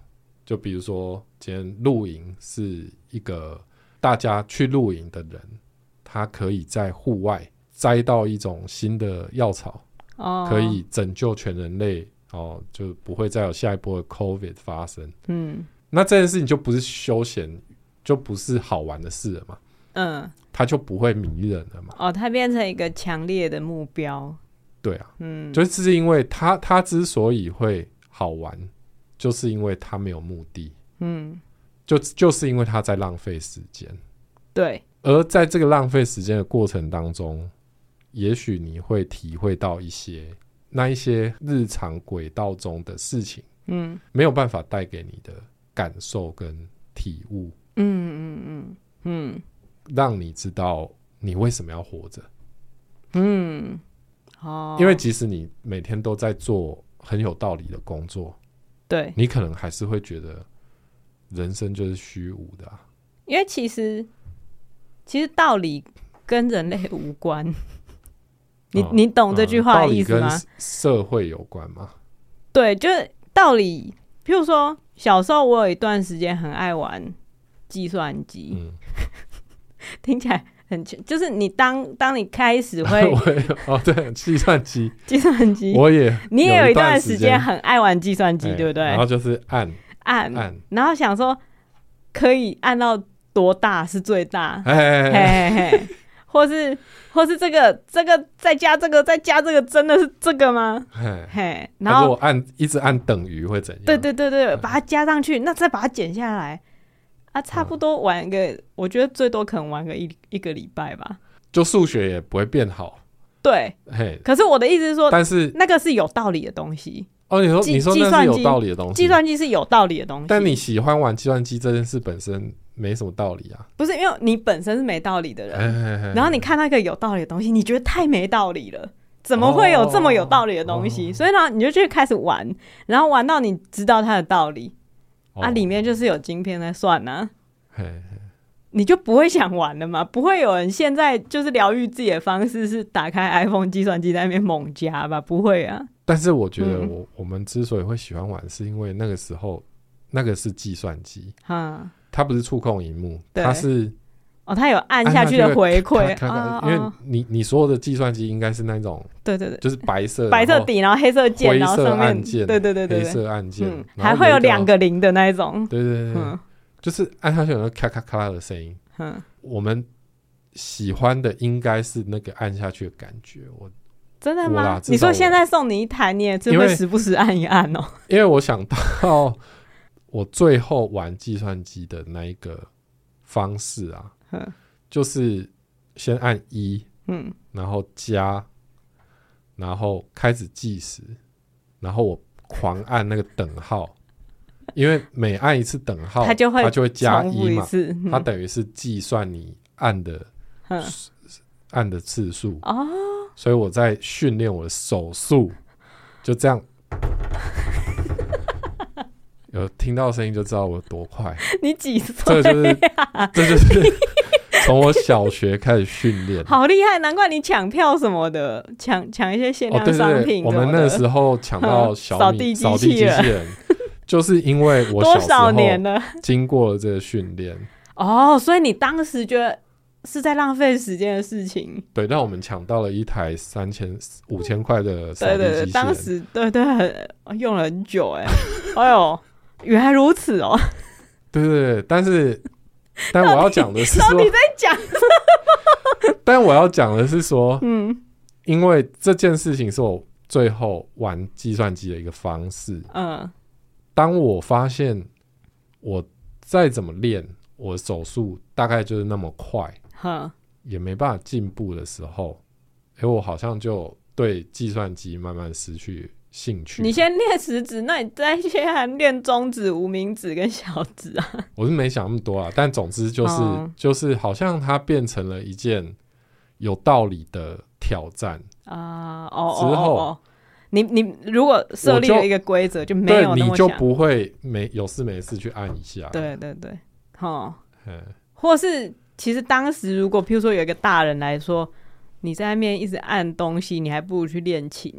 就比如说今天露营是一个大家去露营的人，他可以在户外摘到一种新的药草，
哦，
可，以拯救全人类哦，就不会再有下一波的 COVID 发生。
嗯
那这件事情就不是休闲，就不是好玩的事了嘛，
嗯。
它就不会迷人了嘛。
哦，它变成一个强烈的目标。
对啊，
嗯，
就是因为它它之所以会好玩，就是因为它没有目的。
嗯，
就就是因为他在浪费时间，
对，
而在这个浪费时间的过程当中，也许你会体会到一些那一些日常轨道中的事情
嗯
没有办法带给你的感受跟体悟，
嗯嗯嗯
让你知道你为什么要活着。
嗯嗯，哦，
因为即使你每天都在做很有道理的工作，
对，
你可能还是会觉得人生就是虚无的、啊。
因为其实其实道理跟人类无关。你
哦
你懂这句
嗯
话
道
的
理
意思
跟
吗？
社会有关吗？
对，就是道理。譬如说，小时候我有一段时间很爱玩计算机，
嗯，
听起来很奇就是你当当你开 始会
我也哦，对，计算机，
计算机，
我也
你也
有
有
一
一
段
段
时
时
间
间很爱玩计算机，
哎
对不嗯
然
对
后？哎就是按
按，
按，
然后想说可以按到多大是最大，
哎哎，
嘿
哎哎
嘿嘿，或是或是这个这个再加这个再加这个真的是这个吗？
哎，
嘿，然
然后
后
我按一直按等于会怎样？
对对对对，
嗯
把它加上去，那再把它剪下来。啊，差不多玩个，我觉得最多可能玩个一一个礼拜吧。
就数学也不会变好，
对，
嘿，
可是我的意思是说，
但是
那个是有道理的东西，
哦，你说
计
你说
计
那是
算
有
机
道理的东西，
计算机是有道理的东西。
但你喜欢玩计算机这件事本身没什么道理啊。
不是因为你本身是没道理的人，
然
然后你看那个有道理的东西，你觉得太没道理了。怎么会有这么有道理的东西？
哦
所以呢，你就去开始玩，然后玩到你知道它的道理、
哦
啊，里面就是有晶片在算呢、你就不会想玩了嘛？不会有人现在就是疗愈自己的方式是打开 iPhone 计算机在那边猛加吧？不会啊，
但是我觉得
嗯
我、我们之所以会喜欢玩，是因为那个时候那个是计算机，
哈、
它不是触控荧幕，
对
它是
哦，它有按
按
下去的回
咔
馈
咔
啊
咔，
哦
因为
哦
你你所有的计算机应该是那种
对对对，
就是白色
白色
然后
底，然后黑色键，
灰
然后
色
上面
按键，
对对对对
黑
对，
色按键，
嗯，
然
还
后
会有
一
两，个零的那一种，
对对对对，
嗯
就是按下去有那咔咔咔的声音。
嗯，
我们喜欢的应该是那个按下去的感觉，我
真的
我啦
吗？
至少
你说
我
现在送你一台，你也只
因
会
为
时不时按一按哦，
因为我想到 我最后玩计算机的那一个方式啊
嗯，
就是先按一，
嗯，
然后加，然后开始计时，然后我狂按那个等号，因为每按一次等号，
它就会
它就会加
重复
一
一
嘛，
次，
它等于是计算你按的
嗯
按的次数，
哦，
所以我在训练我的手速，就 这样。有听到声音就知道我有多 快，
你几岁
这个？就是，这就是 从我小学开始训练。
好厉害，难怪你抢票什么的，抢抢一些限
哦，
量
对
商
对对，
品
我
什么
们
的
那时候抢到小
扫
米
地机
扫地
器
机器
人
人，就是因为我
多
小时
少
候
年了？
经过了这个训练，
哦，所以你当时觉得是在浪费时间的事情，
对，让我们抢到了一台三千五千块的扫
对
地
对对，
机器人。
当时对对很用了很久哎、 哎呦，原来如此哦，
对对对，但是但我要讲的是
到
说
底，在讲？
但我要讲的是说，
嗯
因为这件事情是我最后玩计算机的一个方式。
嗯
当我发现我再怎么练，我手速大概就是那么快，
哼，
也没办法进步的时候，哎、我好像就对计算机慢慢失去兴趣。
你先练食指，那你再先还练中指、无名指跟小指啊？
我是没想那么多啊，但总之就是、
哦
就是好像它变成了一件有道理的挑战。
啊、哦哦
之
哦
后
哦，你你如果设
我
立
就
了一个规则，就没
对，
有那
你
么
就
想。
不会没有事没事去按一下。
对对对，哦，
嗯，
或是其实当时如果譬如说有一个大人来说，你在那边一直按东西，你还不如去练琴，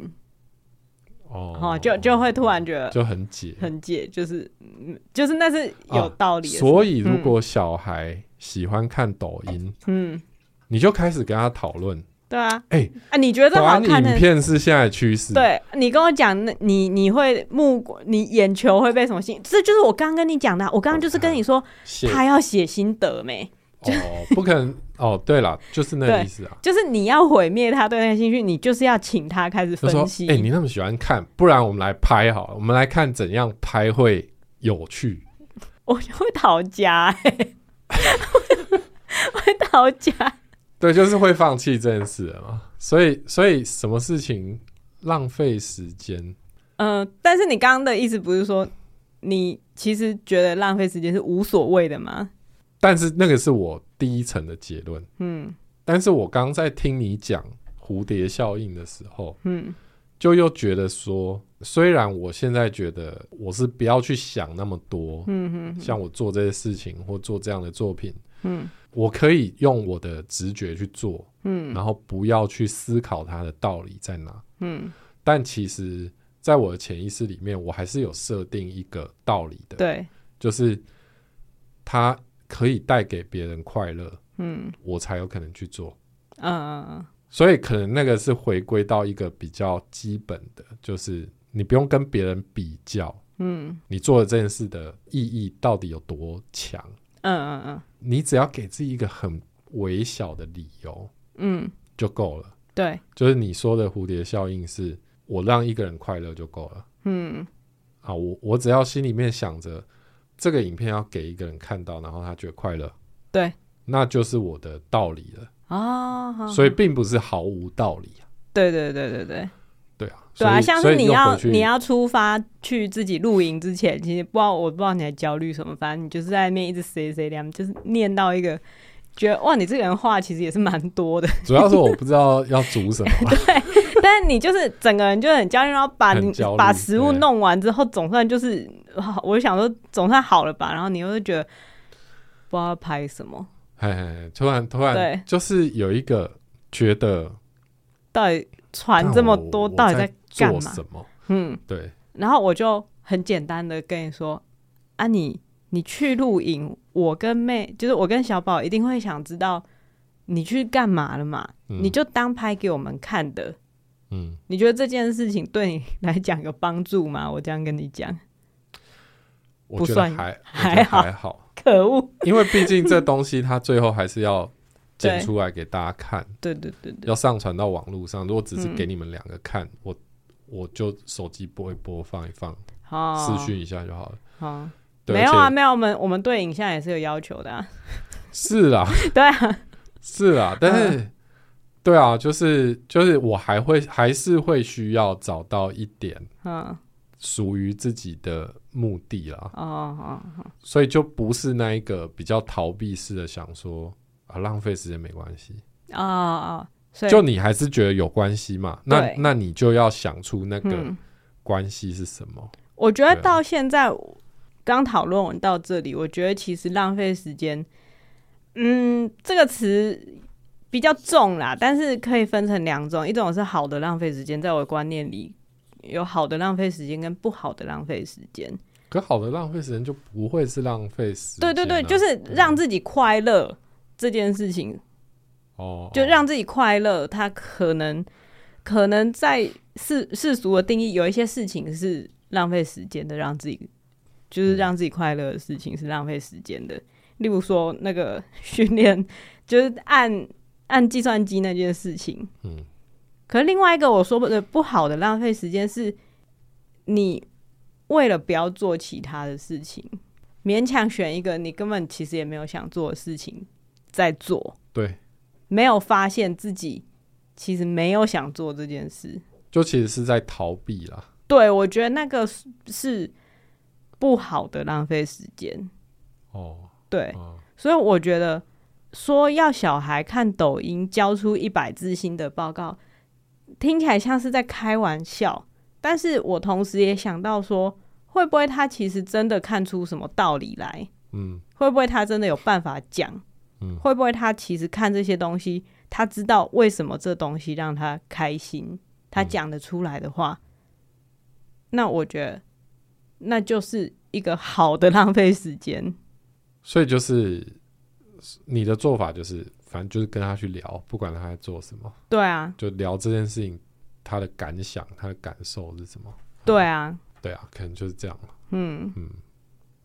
哦，
哦，就就会突然觉得
就很解。
很解，就是嗯就是那是有
啊
道理的事、
所以，如果小孩喜欢看抖音，
嗯，
你就开始跟他讨论，
对啊，
哎
啊，你觉得好
短
看
影
的？
片是现在的趋势。
对你跟我讲，那你你会目光你眼球会被什么吸引？这就是我刚刚跟你讲的啊、我刚刚就是跟你说，
写，
他要写心得没？
哦，不可能哦。对了，就是那个
对
意思啊。
就是你要毁灭他对那个兴趣，你就是要请他开始
就
分
说
析。，
哎、你那么喜欢看，不然我们来拍好了，我们来看怎样拍会有趣。
我就会逃家、欸， 我会逃 家。
对，就是会放弃这件事了嘛。所以，所以什么事情浪费时间？
嗯、但是你刚刚的意思不是说你其实觉得浪费时间是无所谓的吗？
但是那个是我第一层的结论。
嗯
但是我刚在听你讲蝴蝶效应的时候，
嗯
就又觉得说，虽然我现在觉得我是不要去想那么多，
嗯嗯
像我做这些事情或做这样的作品，
嗯
我可以用我的直觉去做，
嗯
然后不要去思考它的道理在哪。
嗯，
但其实，在我的潜意识里面，我还是有设定一个道理的，
对，
就是它可以带给别人快乐，
嗯
我才有可能去做。
嗯嗯
所以可能那个是回归到一个比较基本的，就是你不用跟别人比较，
嗯
你做的这件事的意义到底有多强。
嗯嗯嗯
你只要给自己一个很微小的理由
嗯，
就够了。
对，
就是你说的蝴蝶效应是，我让一个人快乐就够了
嗯
啊！我我只要心里面想着这个影片要给一个人看到，然后他觉得快乐，
对，
那就是我的道理了。
啊，好
所以并不是毫无道理啊，
对对对对对。
对啊，
对啊，
所以
像
所
是
以
你
又回
要
去
你要出发去自己露营之前，其实不知道我不知道你在焦虑什么，反正你就是在那边一直 say say 两，就是念到一个觉得哇，你这个人话其实也是蛮多的，
主要是我不知道要煮什么啊、
但你就是整个人就很焦虑，然后把
很
你
焦虑
把食物
对
弄完之后，总算就是啊我想说总算好了吧，然后你又是觉得不知道拍什么，
嘿嘿嘿，突然突
对
然就是有一个觉得
到底传这么
看我
多，
我
到底
在
干
做
嘛？
什么？
嗯，
对，
然后我就很简单的跟你说，啊你你去露营，我跟妹就是我跟小宝一定会想知道你去干嘛了嘛，
嗯
你就当拍给我们看的。
嗯，
你觉得这件事情对你来讲有帮助吗？我这样跟你讲，
我
不
觉得
算
还
还
我觉得
好
还好，
可恶！
因为毕竟这东西它最后还是 要剪
对
出来给大家看，
对对对对，
要上传到网络上。如果只是
嗯
给你们两个看，我我就手机播一播，放一放，
好，
私讯一下就好了。
好，
对
哦没有啊，
而且
没有，我们我们对影像也是有要求的、啊，
是啦，
对啊，嗯
是啦，但是。 对啊，就是就是，我还会还是会需要找到一点
嗯，
属于自己的目的啦。
哦哦，
所以就不是那一个比较逃避式的想说啊，浪费时间没关系。
哦哦，所以
就你还是觉得有关系嘛？那
对
那你就要想出那个
嗯。
关系是什么。
我觉得
对啊
到现在刚讨论完到这里，我觉得其实浪费时间，嗯，这个词比较重啦，但是可以分成两种，一种是好的浪费时间，在我的观念里有好的浪费时间跟不好的浪费时间。
可好的浪费时间就不会是浪费时间啊、
对对对，就是让自己快乐这件事情
哦，
就让自己快乐，他可能可能在世世俗的定义，有一些事情是浪费时间的，让自己
嗯
就是让自己快乐的事情是浪费时间的。例如说那个 训练，就是按按计算机那件事情。
嗯
可是另外一个我说的不好的浪费时间是，你为了不要做其他的事情，勉强选一个你根本其实也没有想做的事情在做。
对，
没有发现自己其实没有想做这件事。
就其实是在逃避啦。
对，我觉得那个是是不好的浪费时间。
哦，
对，
哦
所以我觉得说要小孩看抖音交出一百字新的报告，听起来像是在开玩笑，但是我同时也想到说，会不会他其实真的看出什么道理来？
嗯
会不会他真的有办法讲？
嗯
会不会他其实看这些东西，他知道为什么这东西让他开心，他讲得出来的话，那我觉得那就是一个好的浪费时间。
所以就是你的做法就是，反正就是跟他去聊，不管他在做什么，
对啊，
就聊这件事情，他的感想、他的感受是什么。
对啊，
对啊，可能就是这样了。
嗯
嗯，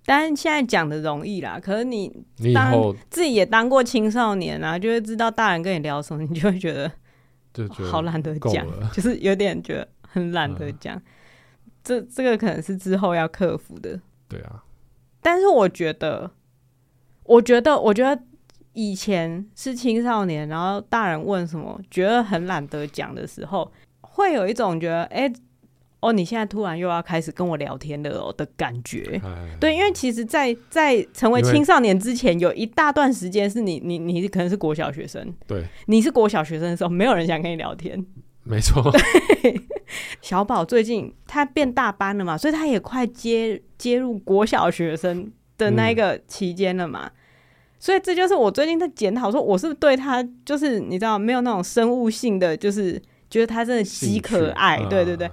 当然现在讲的容易啦，可是你
你以
当
后
自己也当过青少年啊，就会知道大人跟你聊什么，你就会觉得
就觉得
好懒得
够
讲，
了。嗯
就是有点觉得很懒得讲。这这个可能是之后要克服的。
对啊，
但是我觉得，我觉得，我觉得以前是青少年，然后大人问什么，觉得很懒得讲的时候，会有一种觉得，哎、哦，你现在突然又要开始跟我聊天了哦的感 觉。
哎，
对，因为其实在，在成为
因为
青少年之前，有一大段时间是你，你，你可能是国小学生，
对，
你是国小学生的时候，没有人想跟你聊天。
没错，
小宝最近他变大班了嘛，所以他也快接接入国小学生的那一个期间了嘛。所以这就是我最近在检讨，说我是不是对他就是你知道没有那种生物性的，就是觉得他真的极可爱，
兴趣啊
对对对，，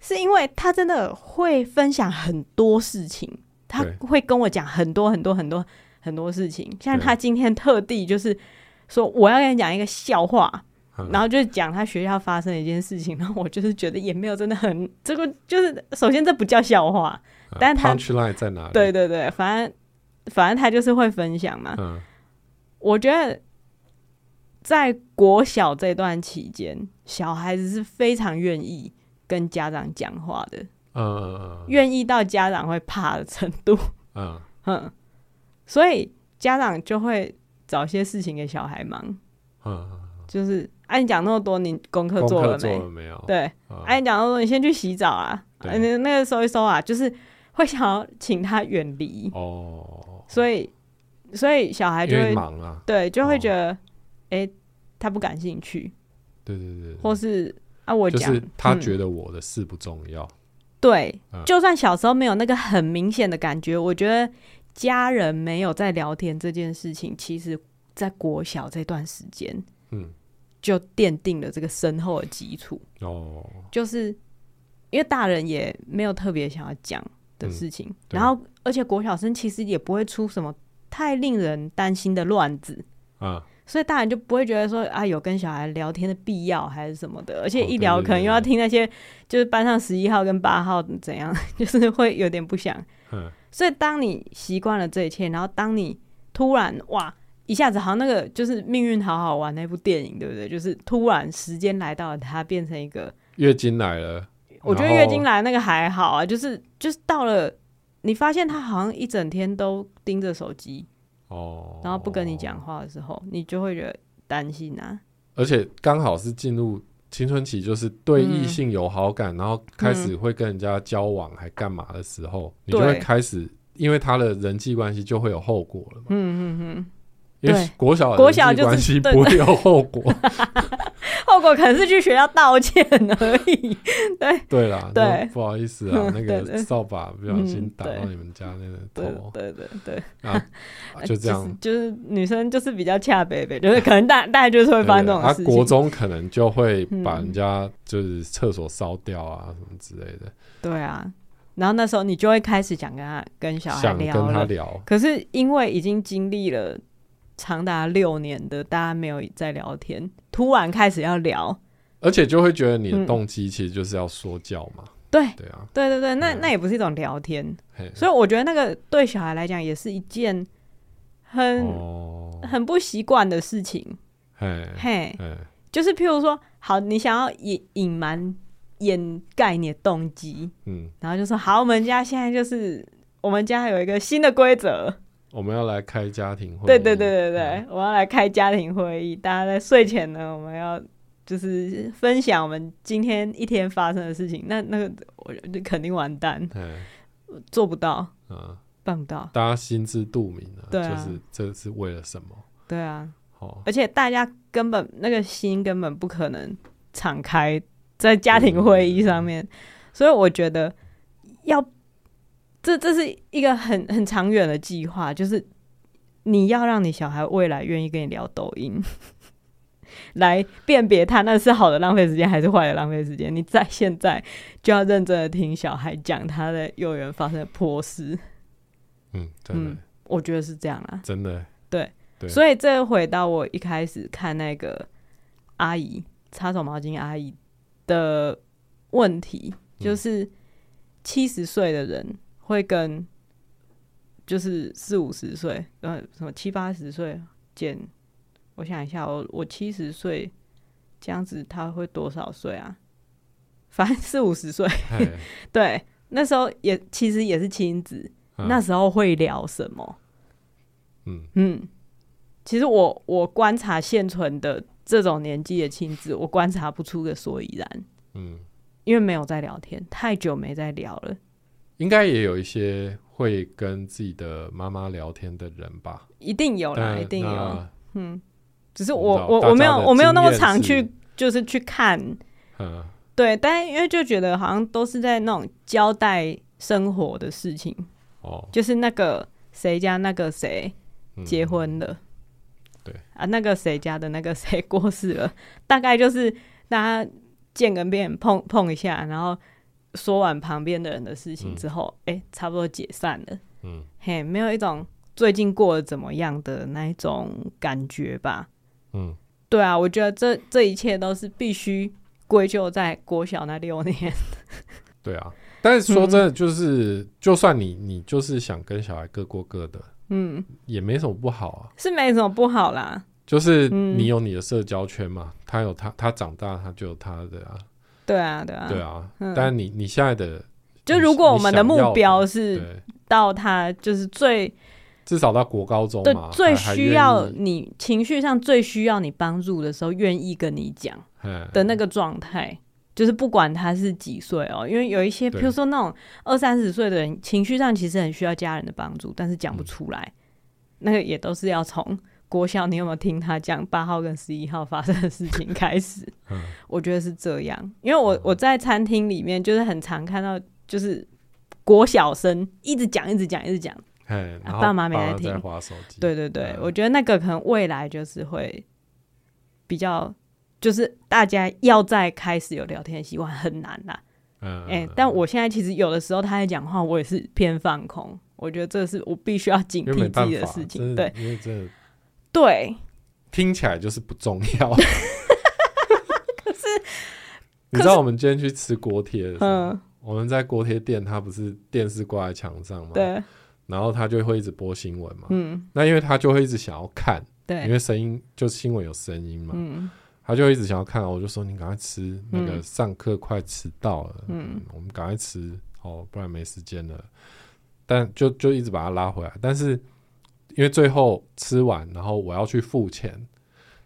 是因为他真的会分享很多事情，他
对
会跟我讲很多很多很多很多事情。像
对
他今天特地就是说我要跟你讲一个笑话，
嗯
然后就讲他学校发生的一件事情，然后我就是觉得也没有真的很这个，就是首先这不叫笑话，
啊
但他
punchline 在哪里？
对，对对，反正反正他就是会分享嘛。
嗯，
我觉得在国小这段期间，小孩子是非常愿意跟家长讲话的，
嗯嗯
愿意到家长会怕的程度，
嗯，
嗯，所以家长就会找些事情给小孩忙，
嗯，
就是哎、啊你讲那么多，你功课
功
做
课
了
做
没？
了没有？
对，
啊
哎、你讲那么多，你先去洗澡啊，
对
哎那那个收一收啊，就是会想要请他远离，
哦，
所以所以小孩哎就
因为
会
忙啊，
对就会
哦
觉得，哎、他不感兴趣，
对对对对，
或是啊，我
就
讲、
是他
嗯
觉得我的事不重要，
对
嗯，
就算小时候没有那个很明显的感觉，我觉得家人没有在聊天这件事情，其实在国小这段时间
嗯，
就奠定了这个深厚的基础，
哦，
就是因为大人也没有特别想要讲的事情，
嗯对
然后而且国小生其实也不会出什么太令人担心的乱子。
啊，
所以大人就不会觉得说啊有跟小孩聊天的必要还是什么的，而且
哦
一
对
聊
对
可能
对
又要
对
听那些就是班上十一号跟八号怎样， 就是会有点不想。
嗯，
所以当你习惯了这一切，然后当你突然哇一下子好像那个就是《命运好好玩》那部电影，对不对？就是突然时间来到了，它变成一个，
月经来了，
我觉得
然后
月经来那个还好啊，就是就是到了你发现他好像一整天都盯着手机，
哦，
然后不跟你讲话的时候，你就会觉得担心啊。
而且刚好是进入青春期，就是对
嗯
异性有好感，然后开始会跟人家交往，啊还干嘛的时候，你就
对
会开始，因为他的人际关系就会有后果了嘛。
嗯嗯嗯。
因为
对
国小的
国小
人际
就是
关系
对
不会有后果，
后果可能是去学校道歉而已。
对啦，
对
那不好意 思啊，那
对
个
对
扫把不小心
嗯
打到
对
你们家那个
对
头
对对对，
哦 啊，就这样。
就是，就是女生就是比较恰北北，就是可能大大家就是会发生这
对
种
啊，
事情。
国中可能就会把
嗯
人家就是厕所烧掉啊，什么之类的，
对啊，然后那时候你就会开始想跟他跟小孩
想跟
聊
他
了，
聊，
可是因为已经经历了长达六年的大家没有在聊天，突然开始要聊，
而且就会觉得你的
嗯
动机其实就是要说教嘛，
对
对啊，
对对对，那
嗯
那也不是一种聊天，
嘿
所以我觉得那个对小孩来讲也是一件很、
哦，嗯
很不习惯的事情，
嘿，
嘿。
嘿，
就是譬如说，好，你想要隐隐瞒、掩盖你的动机，
嗯，
然后就说好，我们家现在就是我们家有一个新的规则，
我们要来开家庭会，嗯
对对对对对，，我要来开家庭会议，大家在睡前呢，我们要就是分享我们今天一天发生的事情，那那个我就肯定完蛋，
嘿，
做不到，
嗯，
办不到，
大家心知肚明啊，
对啊
就是这是为了什么？
对啊，
哦，
而且大家根本那个心根本不可能敞开在家庭会议上面，所以我觉得要这这是一个很很长远的计划，就是你要让你小孩未来愿意跟你聊抖音， 来辨别他那是好的浪费时间还是坏的浪费时间。你在现在就要认真的听小孩讲他在幼儿园发生的破事，
嗯，真的、
嗯我觉得是这样啊啦。
真的，对
所以这回到我一开始看那个阿姨擦手毛巾阿姨的问题，
嗯
就是七十岁的人会跟就是四五十岁，呃，什么七八十岁减，我想一下，我我七十岁这样子，他会多少岁啊？反正四五十岁，
嘿，
对，那时候也其实也是亲子，
嗯
那时候会聊什么？
嗯，
嗯，其实我我观察现存的这种年纪的亲子，我观察不出个所以然，
嗯，
因为没有在聊天，太久没在聊了，
应该也有一些会跟自己的妈妈聊天的人吧，
一定有啦，
但
哦一定有。
嗯那
只是我
我不知道
我我没有
大家的
我没有那么
经验
常
是
去，就是去看，
嗯，
对，但因为就觉得好像都是在那种交代生活的事情，
哦，
就是那个谁家那个谁，
嗯
结，婚了，
对
啊，那个谁家的那个谁 过世了，大概就是大家见个面碰碰一下，然后说完旁边的人的事情之后，哎、差不多解散了，
嗯
嘿，没有一种最近过得怎么样的那一种感觉吧。
嗯，
对啊，我觉得这这一切都是必须归咎在国小那六年。
对啊。但是说真的，就是、就算你你就是想跟小孩各过各的，
嗯，
也没什么不好啊。
是没什么不好啦。
就是
嗯
你有你的社交圈嘛，他有他，他长大他就有他的啊，
对啊，对啊，
对啊。
嗯
但你你现在的
就如果我们的目标是
对，
到他就是最
至少到国高中
对
嘛，
最
还还愿
需要
意
你情绪上最需要你帮助的时候，愿意跟你讲
嗯
的那个状态，就是不管他是几岁哦，因为有一些，比
对
如说那种二三十岁的人，情绪上其实很需要家人的帮助，但是讲不
嗯
出来，那个也都是要从国小你有没有听他讲八号跟十一号发生的事 情开始，
嗯
我觉得是这样，因为我我在餐厅里面就是很常看到就是国小生一直讲一直讲一直讲。
哎，然后
爸妈没在
在
听
划手机，
对对对，
嗯
我觉得那个可能未来就是会比较，就是大家要再开始有聊天习惯很难啦。
嗯，嗯，
哎、
嗯
但我现在其实有的时候他在讲话，我也是偏放空。我觉得这是我必须要警
因为没
惕
办
自己
法，
的事情。
真的
对
因为这
对，
听起来就是不重 要。可是，你知道我们今天去吃锅贴的时候，
嗯，
我们在锅贴店，它不是电视挂在墙上吗？，
对，
然后他就会一直播新闻嘛。
嗯，
那因为他就会一直想要看，因
对，
为声音就新闻有声音嘛，
嗯，
他就一直想要看。我就说你赶快吃，那个
嗯
上课快迟到了，
嗯
嗯，我们赶快吃哦，不然没时间了。但就就一直把他拉回来，但是因为最后吃完，然后我要去付钱，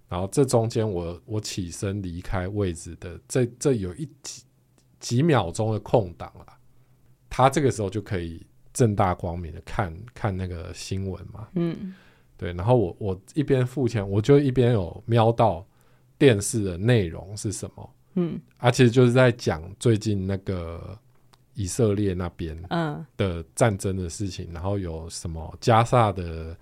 然后这中间我我起身离开位置的这这有一几几秒钟的空档啦，他这个时候就可以正大光明的看看那个新闻嘛，
嗯，
对，然后我我一边付钱，我就一边有瞄到电视的内容是什么，
嗯，
啊，其实就是在讲最近那个以色列那边
嗯，
的战争的事情，然后有什么加萨的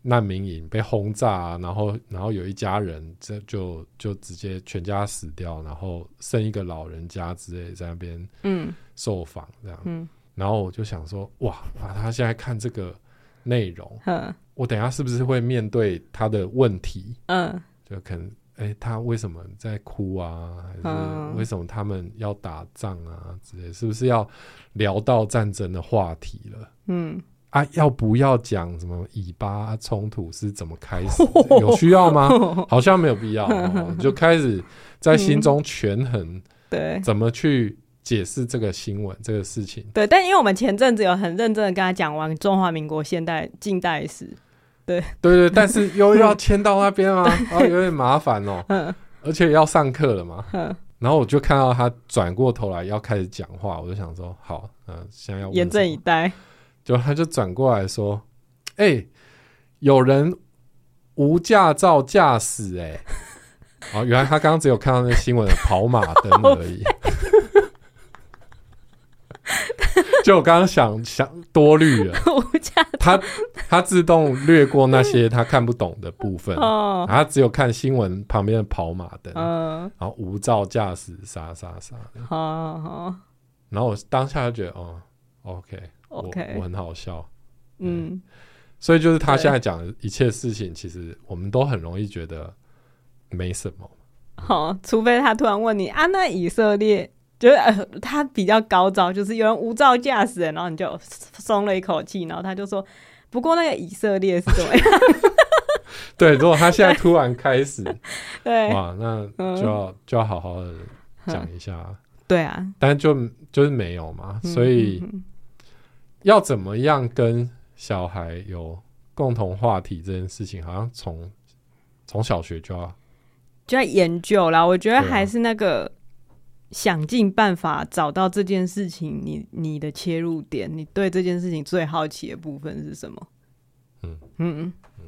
难民营被轰炸、啊，然后然后有一家人这就就直接全家死掉，然后剩一个老人家之类在那边
嗯，
受访这样，
嗯，
然后我就想说，哇，啊，他现在看这个内容。
嗯，
我等一下是不是会面对他的问题？
嗯，
就可能，哎、他为什么在哭啊？还
嗯
是为什么他们要打仗啊？之类，是不是要聊到战争的话题了？
嗯，
啊，要不要讲什么以巴冲突是怎么开 始的？有需要吗？好像没有必要、哦，就开始在
嗯
心中权衡
对。
怎么去解释这个新闻、这个事情。
对，但因为我们前阵子有很认真的跟他讲完中华民国现代近代史，
啊对对，但是又要迁到那 边啊，然后有点麻烦哦，
嗯
而且要上课了嘛。
嗯，
然后我就看到他转过头来要开始讲话，我就想说，好，嗯、现在要问
严阵
什
以
么，
待。
就他就转过来说，哎、有人无驾照驾驶、 欸，哎，哦，原来他刚刚只有看到那新闻的跑马灯而已。
哦
就我刚刚想想多虑了，
无价
他他自动略过那些他看不懂的部分，然后
哦，
他只有看新闻旁边的跑马灯，
嗯，
然后无照驾驶，啥啥啥。
好好
然后我当下就觉得，哦，OK，我我
，OK，
很好笑。
嗯，
所以就是他
对
现在讲的一切事情，其实我们都很容易觉得没什么。
好，除非他突然问你啊，那以色列就是、呃、他比较高招，就是有人无照驾驶，然后你就松了一口气，然后他就说，不过那个以色列是怎么 样？
对，如果他现在突然 开始，
对，
哇，那就
嗯
要就要好好的讲一下，
对啊，
但就就是没有嘛，
嗯
所以
嗯嗯
要怎么样跟小孩有共同话题这件事情，好像从从小学就要
就要研究啦。我觉得
对啊
还是那个。想尽办法找到这件事情，你你的切入点，你对这件事情最好奇的部分是什么？
嗯
嗯嗯，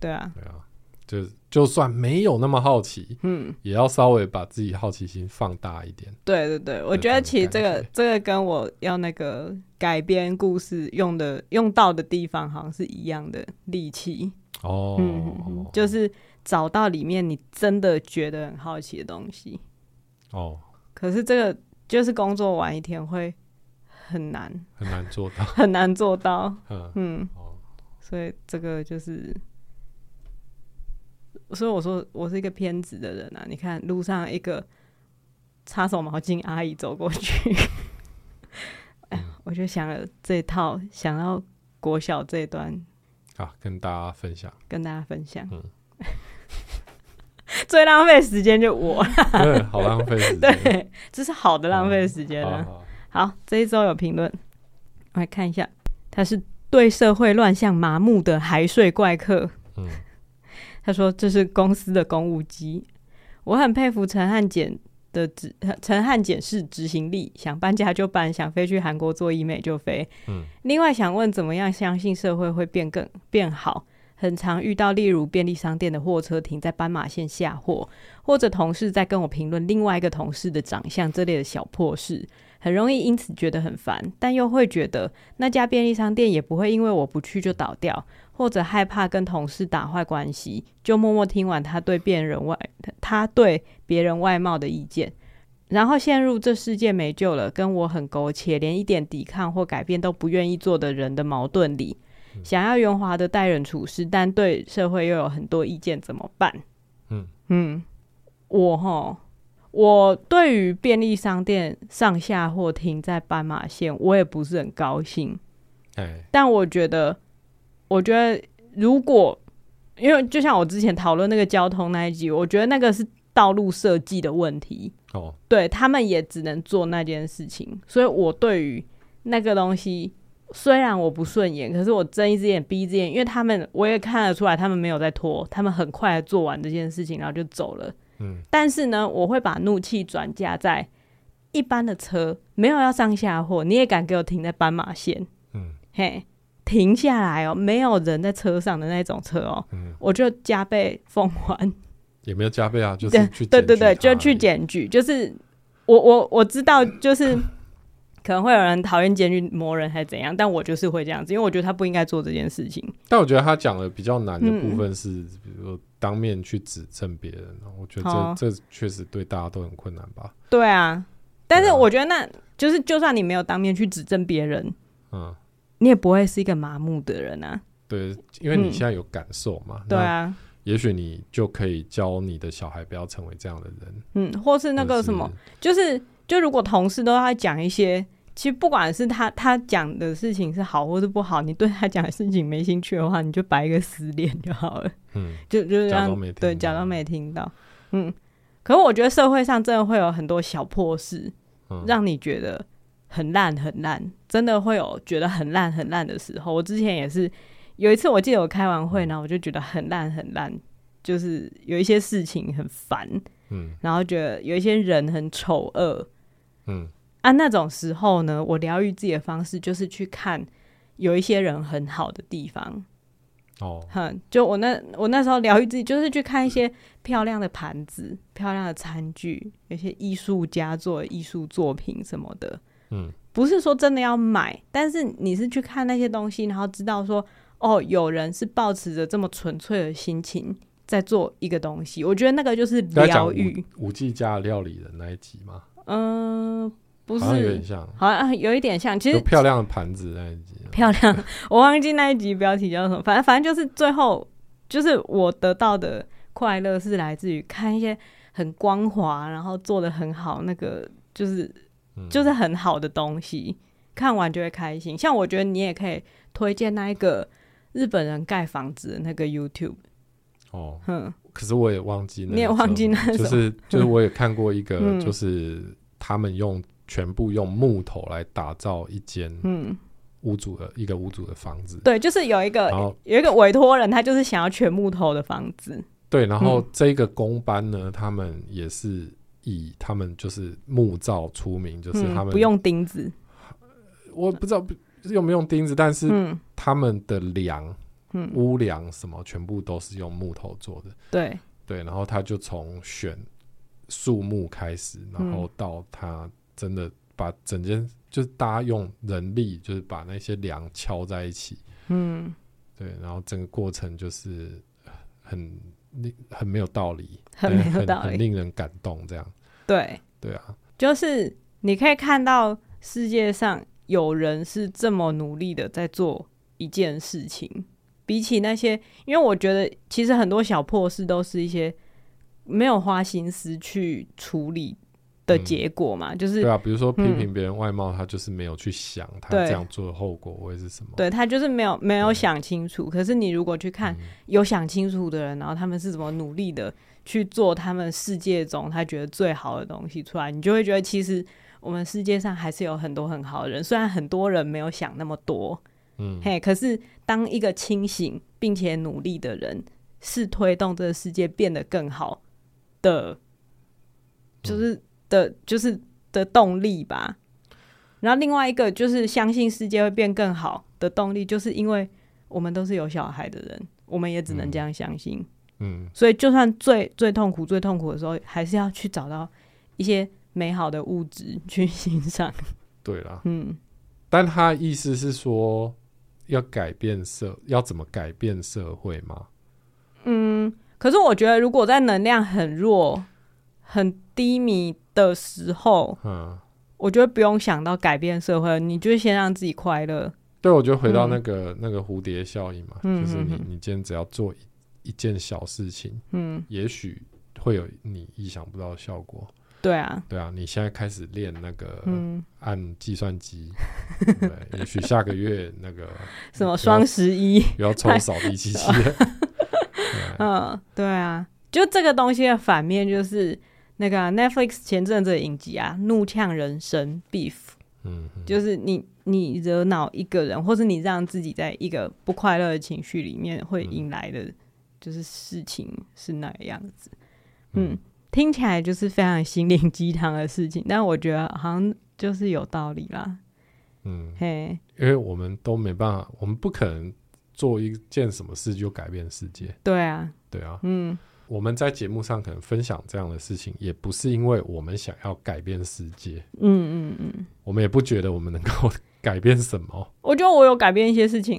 对啊，
对啊，就就算没有那么好奇，
嗯，
也要稍微把自己好奇心放大一点。
对对对，我
这
觉得
种
其实这
感
个
觉
这个跟我要那个改编故事用的用到的地方好像是一样的利器，
哦，
嗯，就是找到里面你真的觉得很好奇的东西。
哦，
可是这个就是工作完一天会很难
很难做到。
很难做到，
嗯，
嗯，
哦，
所以这个就是，所以我说我是一个偏执的人啊。你看路上一个擦手毛巾阿姨走过去，
嗯
哎， 我就想了这一套，想到国小这一段
好，跟大家分享。
跟大家分享。
嗯
最浪费时间就我，
对，好浪费时间。
对，这是好的浪费时间
好
啊。
好
好，这一周有评论，我来看一下，他是对社会乱象麻木的还睡怪客。
嗯，
他说这是公司的公务机，我很佩服陈汉简的执陈汉简是执行力，想搬家就搬，想飞去韩国做医美就飞。
嗯，
另外想问怎么样相信社会会变更变好？很常遇到，例如便利商店的货车停在斑马线下货，或者同事在跟我评论另外一个同事的长相这类的小破事，很容易因此觉得很烦，但又会觉得那家便利商店也不会因为我不去就倒掉。或者害怕跟同事打坏关系，就默默听完他对别人外他对别人外貌的意见，然后陷入这世界没救了，跟我很苟且，连一点抵抗或改变都不愿意做的人的矛盾里，想要圆滑的待人处事，但对社会又有很多意见，怎么办？
嗯
我吼，我对于便利商店上下或停在斑马线，我也不是很高兴。
哎，
但我觉得，我觉得如果因为就像我之前讨论那个交通那一集，我觉得那个是道路设计的问题，
哦，
对他们也只能做那件事情。所以我对于那个东西，虽然我不顺眼，可是我睁一只眼闭一只眼，因为他们我也看得出来，他们没有在拖，他们很快的做完这件事情，然后就走了。
嗯，
但是呢，我会把怒气转嫁在一般的车没有要上下货，你也敢给我停在斑马线？
嗯，
嘿，停下来哦，没有人在车上的那种车哦，
嗯
我就加倍奉还。
也没有加倍啊，就是
对
去
对
检
对
举
对，
他
就
而
去
已。
检举，就是我我我知道，就是可能会有人讨厌监狱魔人还是怎样，但我就是会这样子，因为我觉得他不应该做这件事情。
但我觉得他讲的比较难的部
嗯
分是，比如说当面去指证别人啊，我觉
好
得这这确实对大家都很困难吧。
对啊，但是
对啊
我觉得那就是，就算你没有当面去指证别人，
嗯，
你也不会是一个麻木的人啊。
对，因为你
嗯
现在有感受嘛，
对，啊，
也许你就可以教你的小孩不要成为这样的人。
嗯，或是那
或
个
是
什么，，就是就如果同事都在讲一些，其实不管是他他讲的事情是好或是不好，你对他讲的事情没兴趣的话，你就摆一个死脸就好了，
嗯，
就就是
假
让
装没听
对
到
假装没听到。嗯，可是我觉得社会上真的会有很多小破事，
嗯
让你觉得很烂很烂，真的会有觉得很烂很烂的时候。我之前也是有一次，我记得我开完
嗯
会，然后我就觉得很烂很烂，就是有一些事情很烦，
嗯
然后觉得有一些人很丑恶，
嗯
啊，那种时候呢，我疗愈自己的方式就是去看有一些人很好的地方。
哦，
哼，就我那我那时候疗愈自己，就是去看一些漂亮的盘子、漂亮的餐具，有些艺术家做的艺术作品什么的。
嗯，
不是说真的要买，但是你是去看那些东西，然后知道说，哦，有人是抱持着这么纯粹的心情在做一个东西，我觉得那个就是
刚才讲
疗愈。
五 G 家的料理人那一集嘛，
嗯、不
好像有点
是，
像，
好像有一点像，其
有
实
漂亮的盘子那一集啊。
漂亮， 我忘记那一集标题叫什么，反正反正就是最后，就是我得到的快乐是来自于看一些很光滑，然后做的很好，那个就是
嗯
就是很好的东西，看完就会开心。像我觉得你也可以推荐那一个日本人盖房子的那个 YouTube，
哦，
哼，
可是我也忘记那个
你也忘记
叫什
那
么就
什么
是就是我也看过一个
嗯，
就是他们用全部用木头来打造一间
嗯，
屋主的一个屋主的房子，
对，就是有一个
然后
有一个委托人，他就是想要全木头的房子，
对，然
嗯
后这个工班呢，他们也是以他们就是木造出名，就是他
嗯，
们
不用钉子，
我不知道用不用钉子，但是
嗯，
他们的梁、
嗯
屋梁什么全部都是用木头做的。
对，
对，然后他就从选树木开始，然
嗯
后到他真的把整间就是大家用人力，就是把那些梁敲在一起，
嗯。
对，然后整个过程就是很令很没有道理，
很
但
没有道
很
理
令人感动，这样
对，
对啊，
就是你可以看到世界上有人是这么努力的在做一件事情，比起那些，因为我觉得其实很多小破事都是一些没有花心思去处理的
嗯
结果嘛，就是
对啊，比如说批
嗯
评别人外貌，他就是没有去想他
对
这样做的后果会是什么。
对他就是没有没有
对嗯
想清楚。可是你如果去看有想清楚的人，然后他们是怎么努力的去做他们世界中他觉得最好的东西出来，你就会觉得其实我们世界上还是有很多很好的人，虽然很多人没有想那么多，
嗯，
嘿，可是当一个清醒并且努力的人，是推动这个世界变得更好的，就是的，就是的动力吧。然后另外一个就是相信世界会变更好的动力，就是因为我们都是有小孩的人，我们也只能这样相信。
嗯
所以就算最最痛苦、最痛苦的时候，还是要去找到一些美好的物质去欣赏。
对啦，
嗯，
但他的意思是说要改变社，要怎么改变社会吗？
可是我觉得，如果在能量很弱、很低迷的时候，
嗯，
我觉得不用想到改变社会，你就先让自己快乐。
对，我就回到那个、那个蝴蝶效应嘛，
嗯
就是你
嗯嗯
你今天只要做一一件小事情，
嗯，
也许会有你意想不到的效果。
对啊，
对啊，你现在开始练那个
嗯，
按计算机，对，也许下个月那个
什么
又
双十一，
又要抽扫地机
哎
器 了。对
嗯，对啊，就这个东西的反面就是那个啊 Netflix 前阵子的影集啊，《怒呛人生》Beef，
嗯，嗯
就是你你惹恼一个人，或是你让自己在一个不快乐的情绪里面，
嗯
会引来的就是事情是那个样子。嗯，
嗯
听起来就是非常心灵鸡汤的事情，但我觉得好像就是有道理啦。
嗯，
嘿，
因为我们都没办法，我们不可能做一件什么事就改变世界，
对啊，
对啊。
嗯，
我们在节目上可能分享这样的事情，也不是因为我们想要改变世界，
嗯嗯嗯，
我们也不觉得我们能够改变什么。
我觉得我有改变一些事情。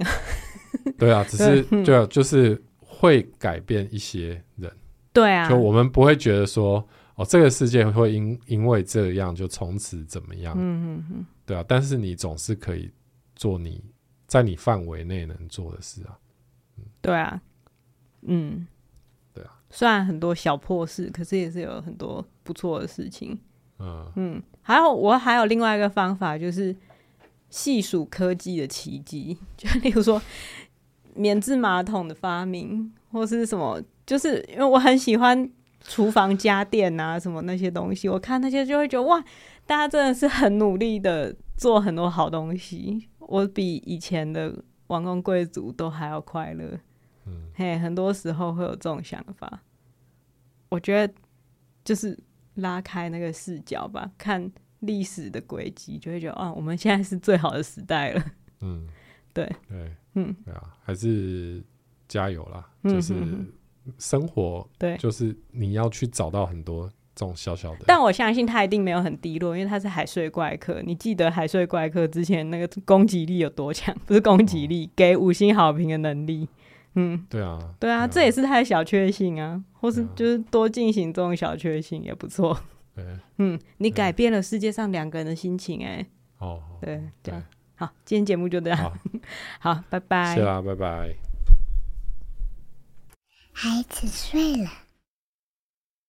对啊，只是
嗯
对啊，就是会改变一些人，
对啊
就，我们不会觉得说，哦，这个世界会因因为这样就从此怎么样，
嗯嗯嗯，
对啊。但是你总是可以做你在你范围内能做的事啊。
对啊，嗯，
对啊。
虽然很多小破事，可是也是有很多不错的事情。
嗯
嗯，还有我还有另外一个方法，就是细数科技的奇迹， 就例如说免治马桶的发明，或是什么，就是因为我很喜欢厨房家电啊，什么那些东西，我看那些就会觉得哇，大家真的是很努力的做很多好东西，我比以前的王公贵族都还要快乐。
嗯，
嘿，很多时候会有这种想法。我觉得就是拉开那个视角吧，看历史的轨迹，就会觉得啊，我们现在是最好的时代 了。
嗯，
对
对，
嗯，
对啊，还是加油啦！
嗯
就是
嗯
生活，
对
就是你要去找到很多这种小小的，
但我相信他一定没有很低落，因为他是海睡怪客。你记得海睡怪客之前那个攻击力有多强？ 不是攻击
哦
力，给五星好评的能力。嗯，
对啊，
对啊，这也是他的小确幸啊，或是
对啊
就是多进行这种小确幸也不错。
对
嗯，你
对
改变了世界上两个人的心情、哎，
哦，
对，啊这
对
样，好，今天节目就这样。
好，哦
好，拜拜。
谢啦，拜拜。
孩子睡了，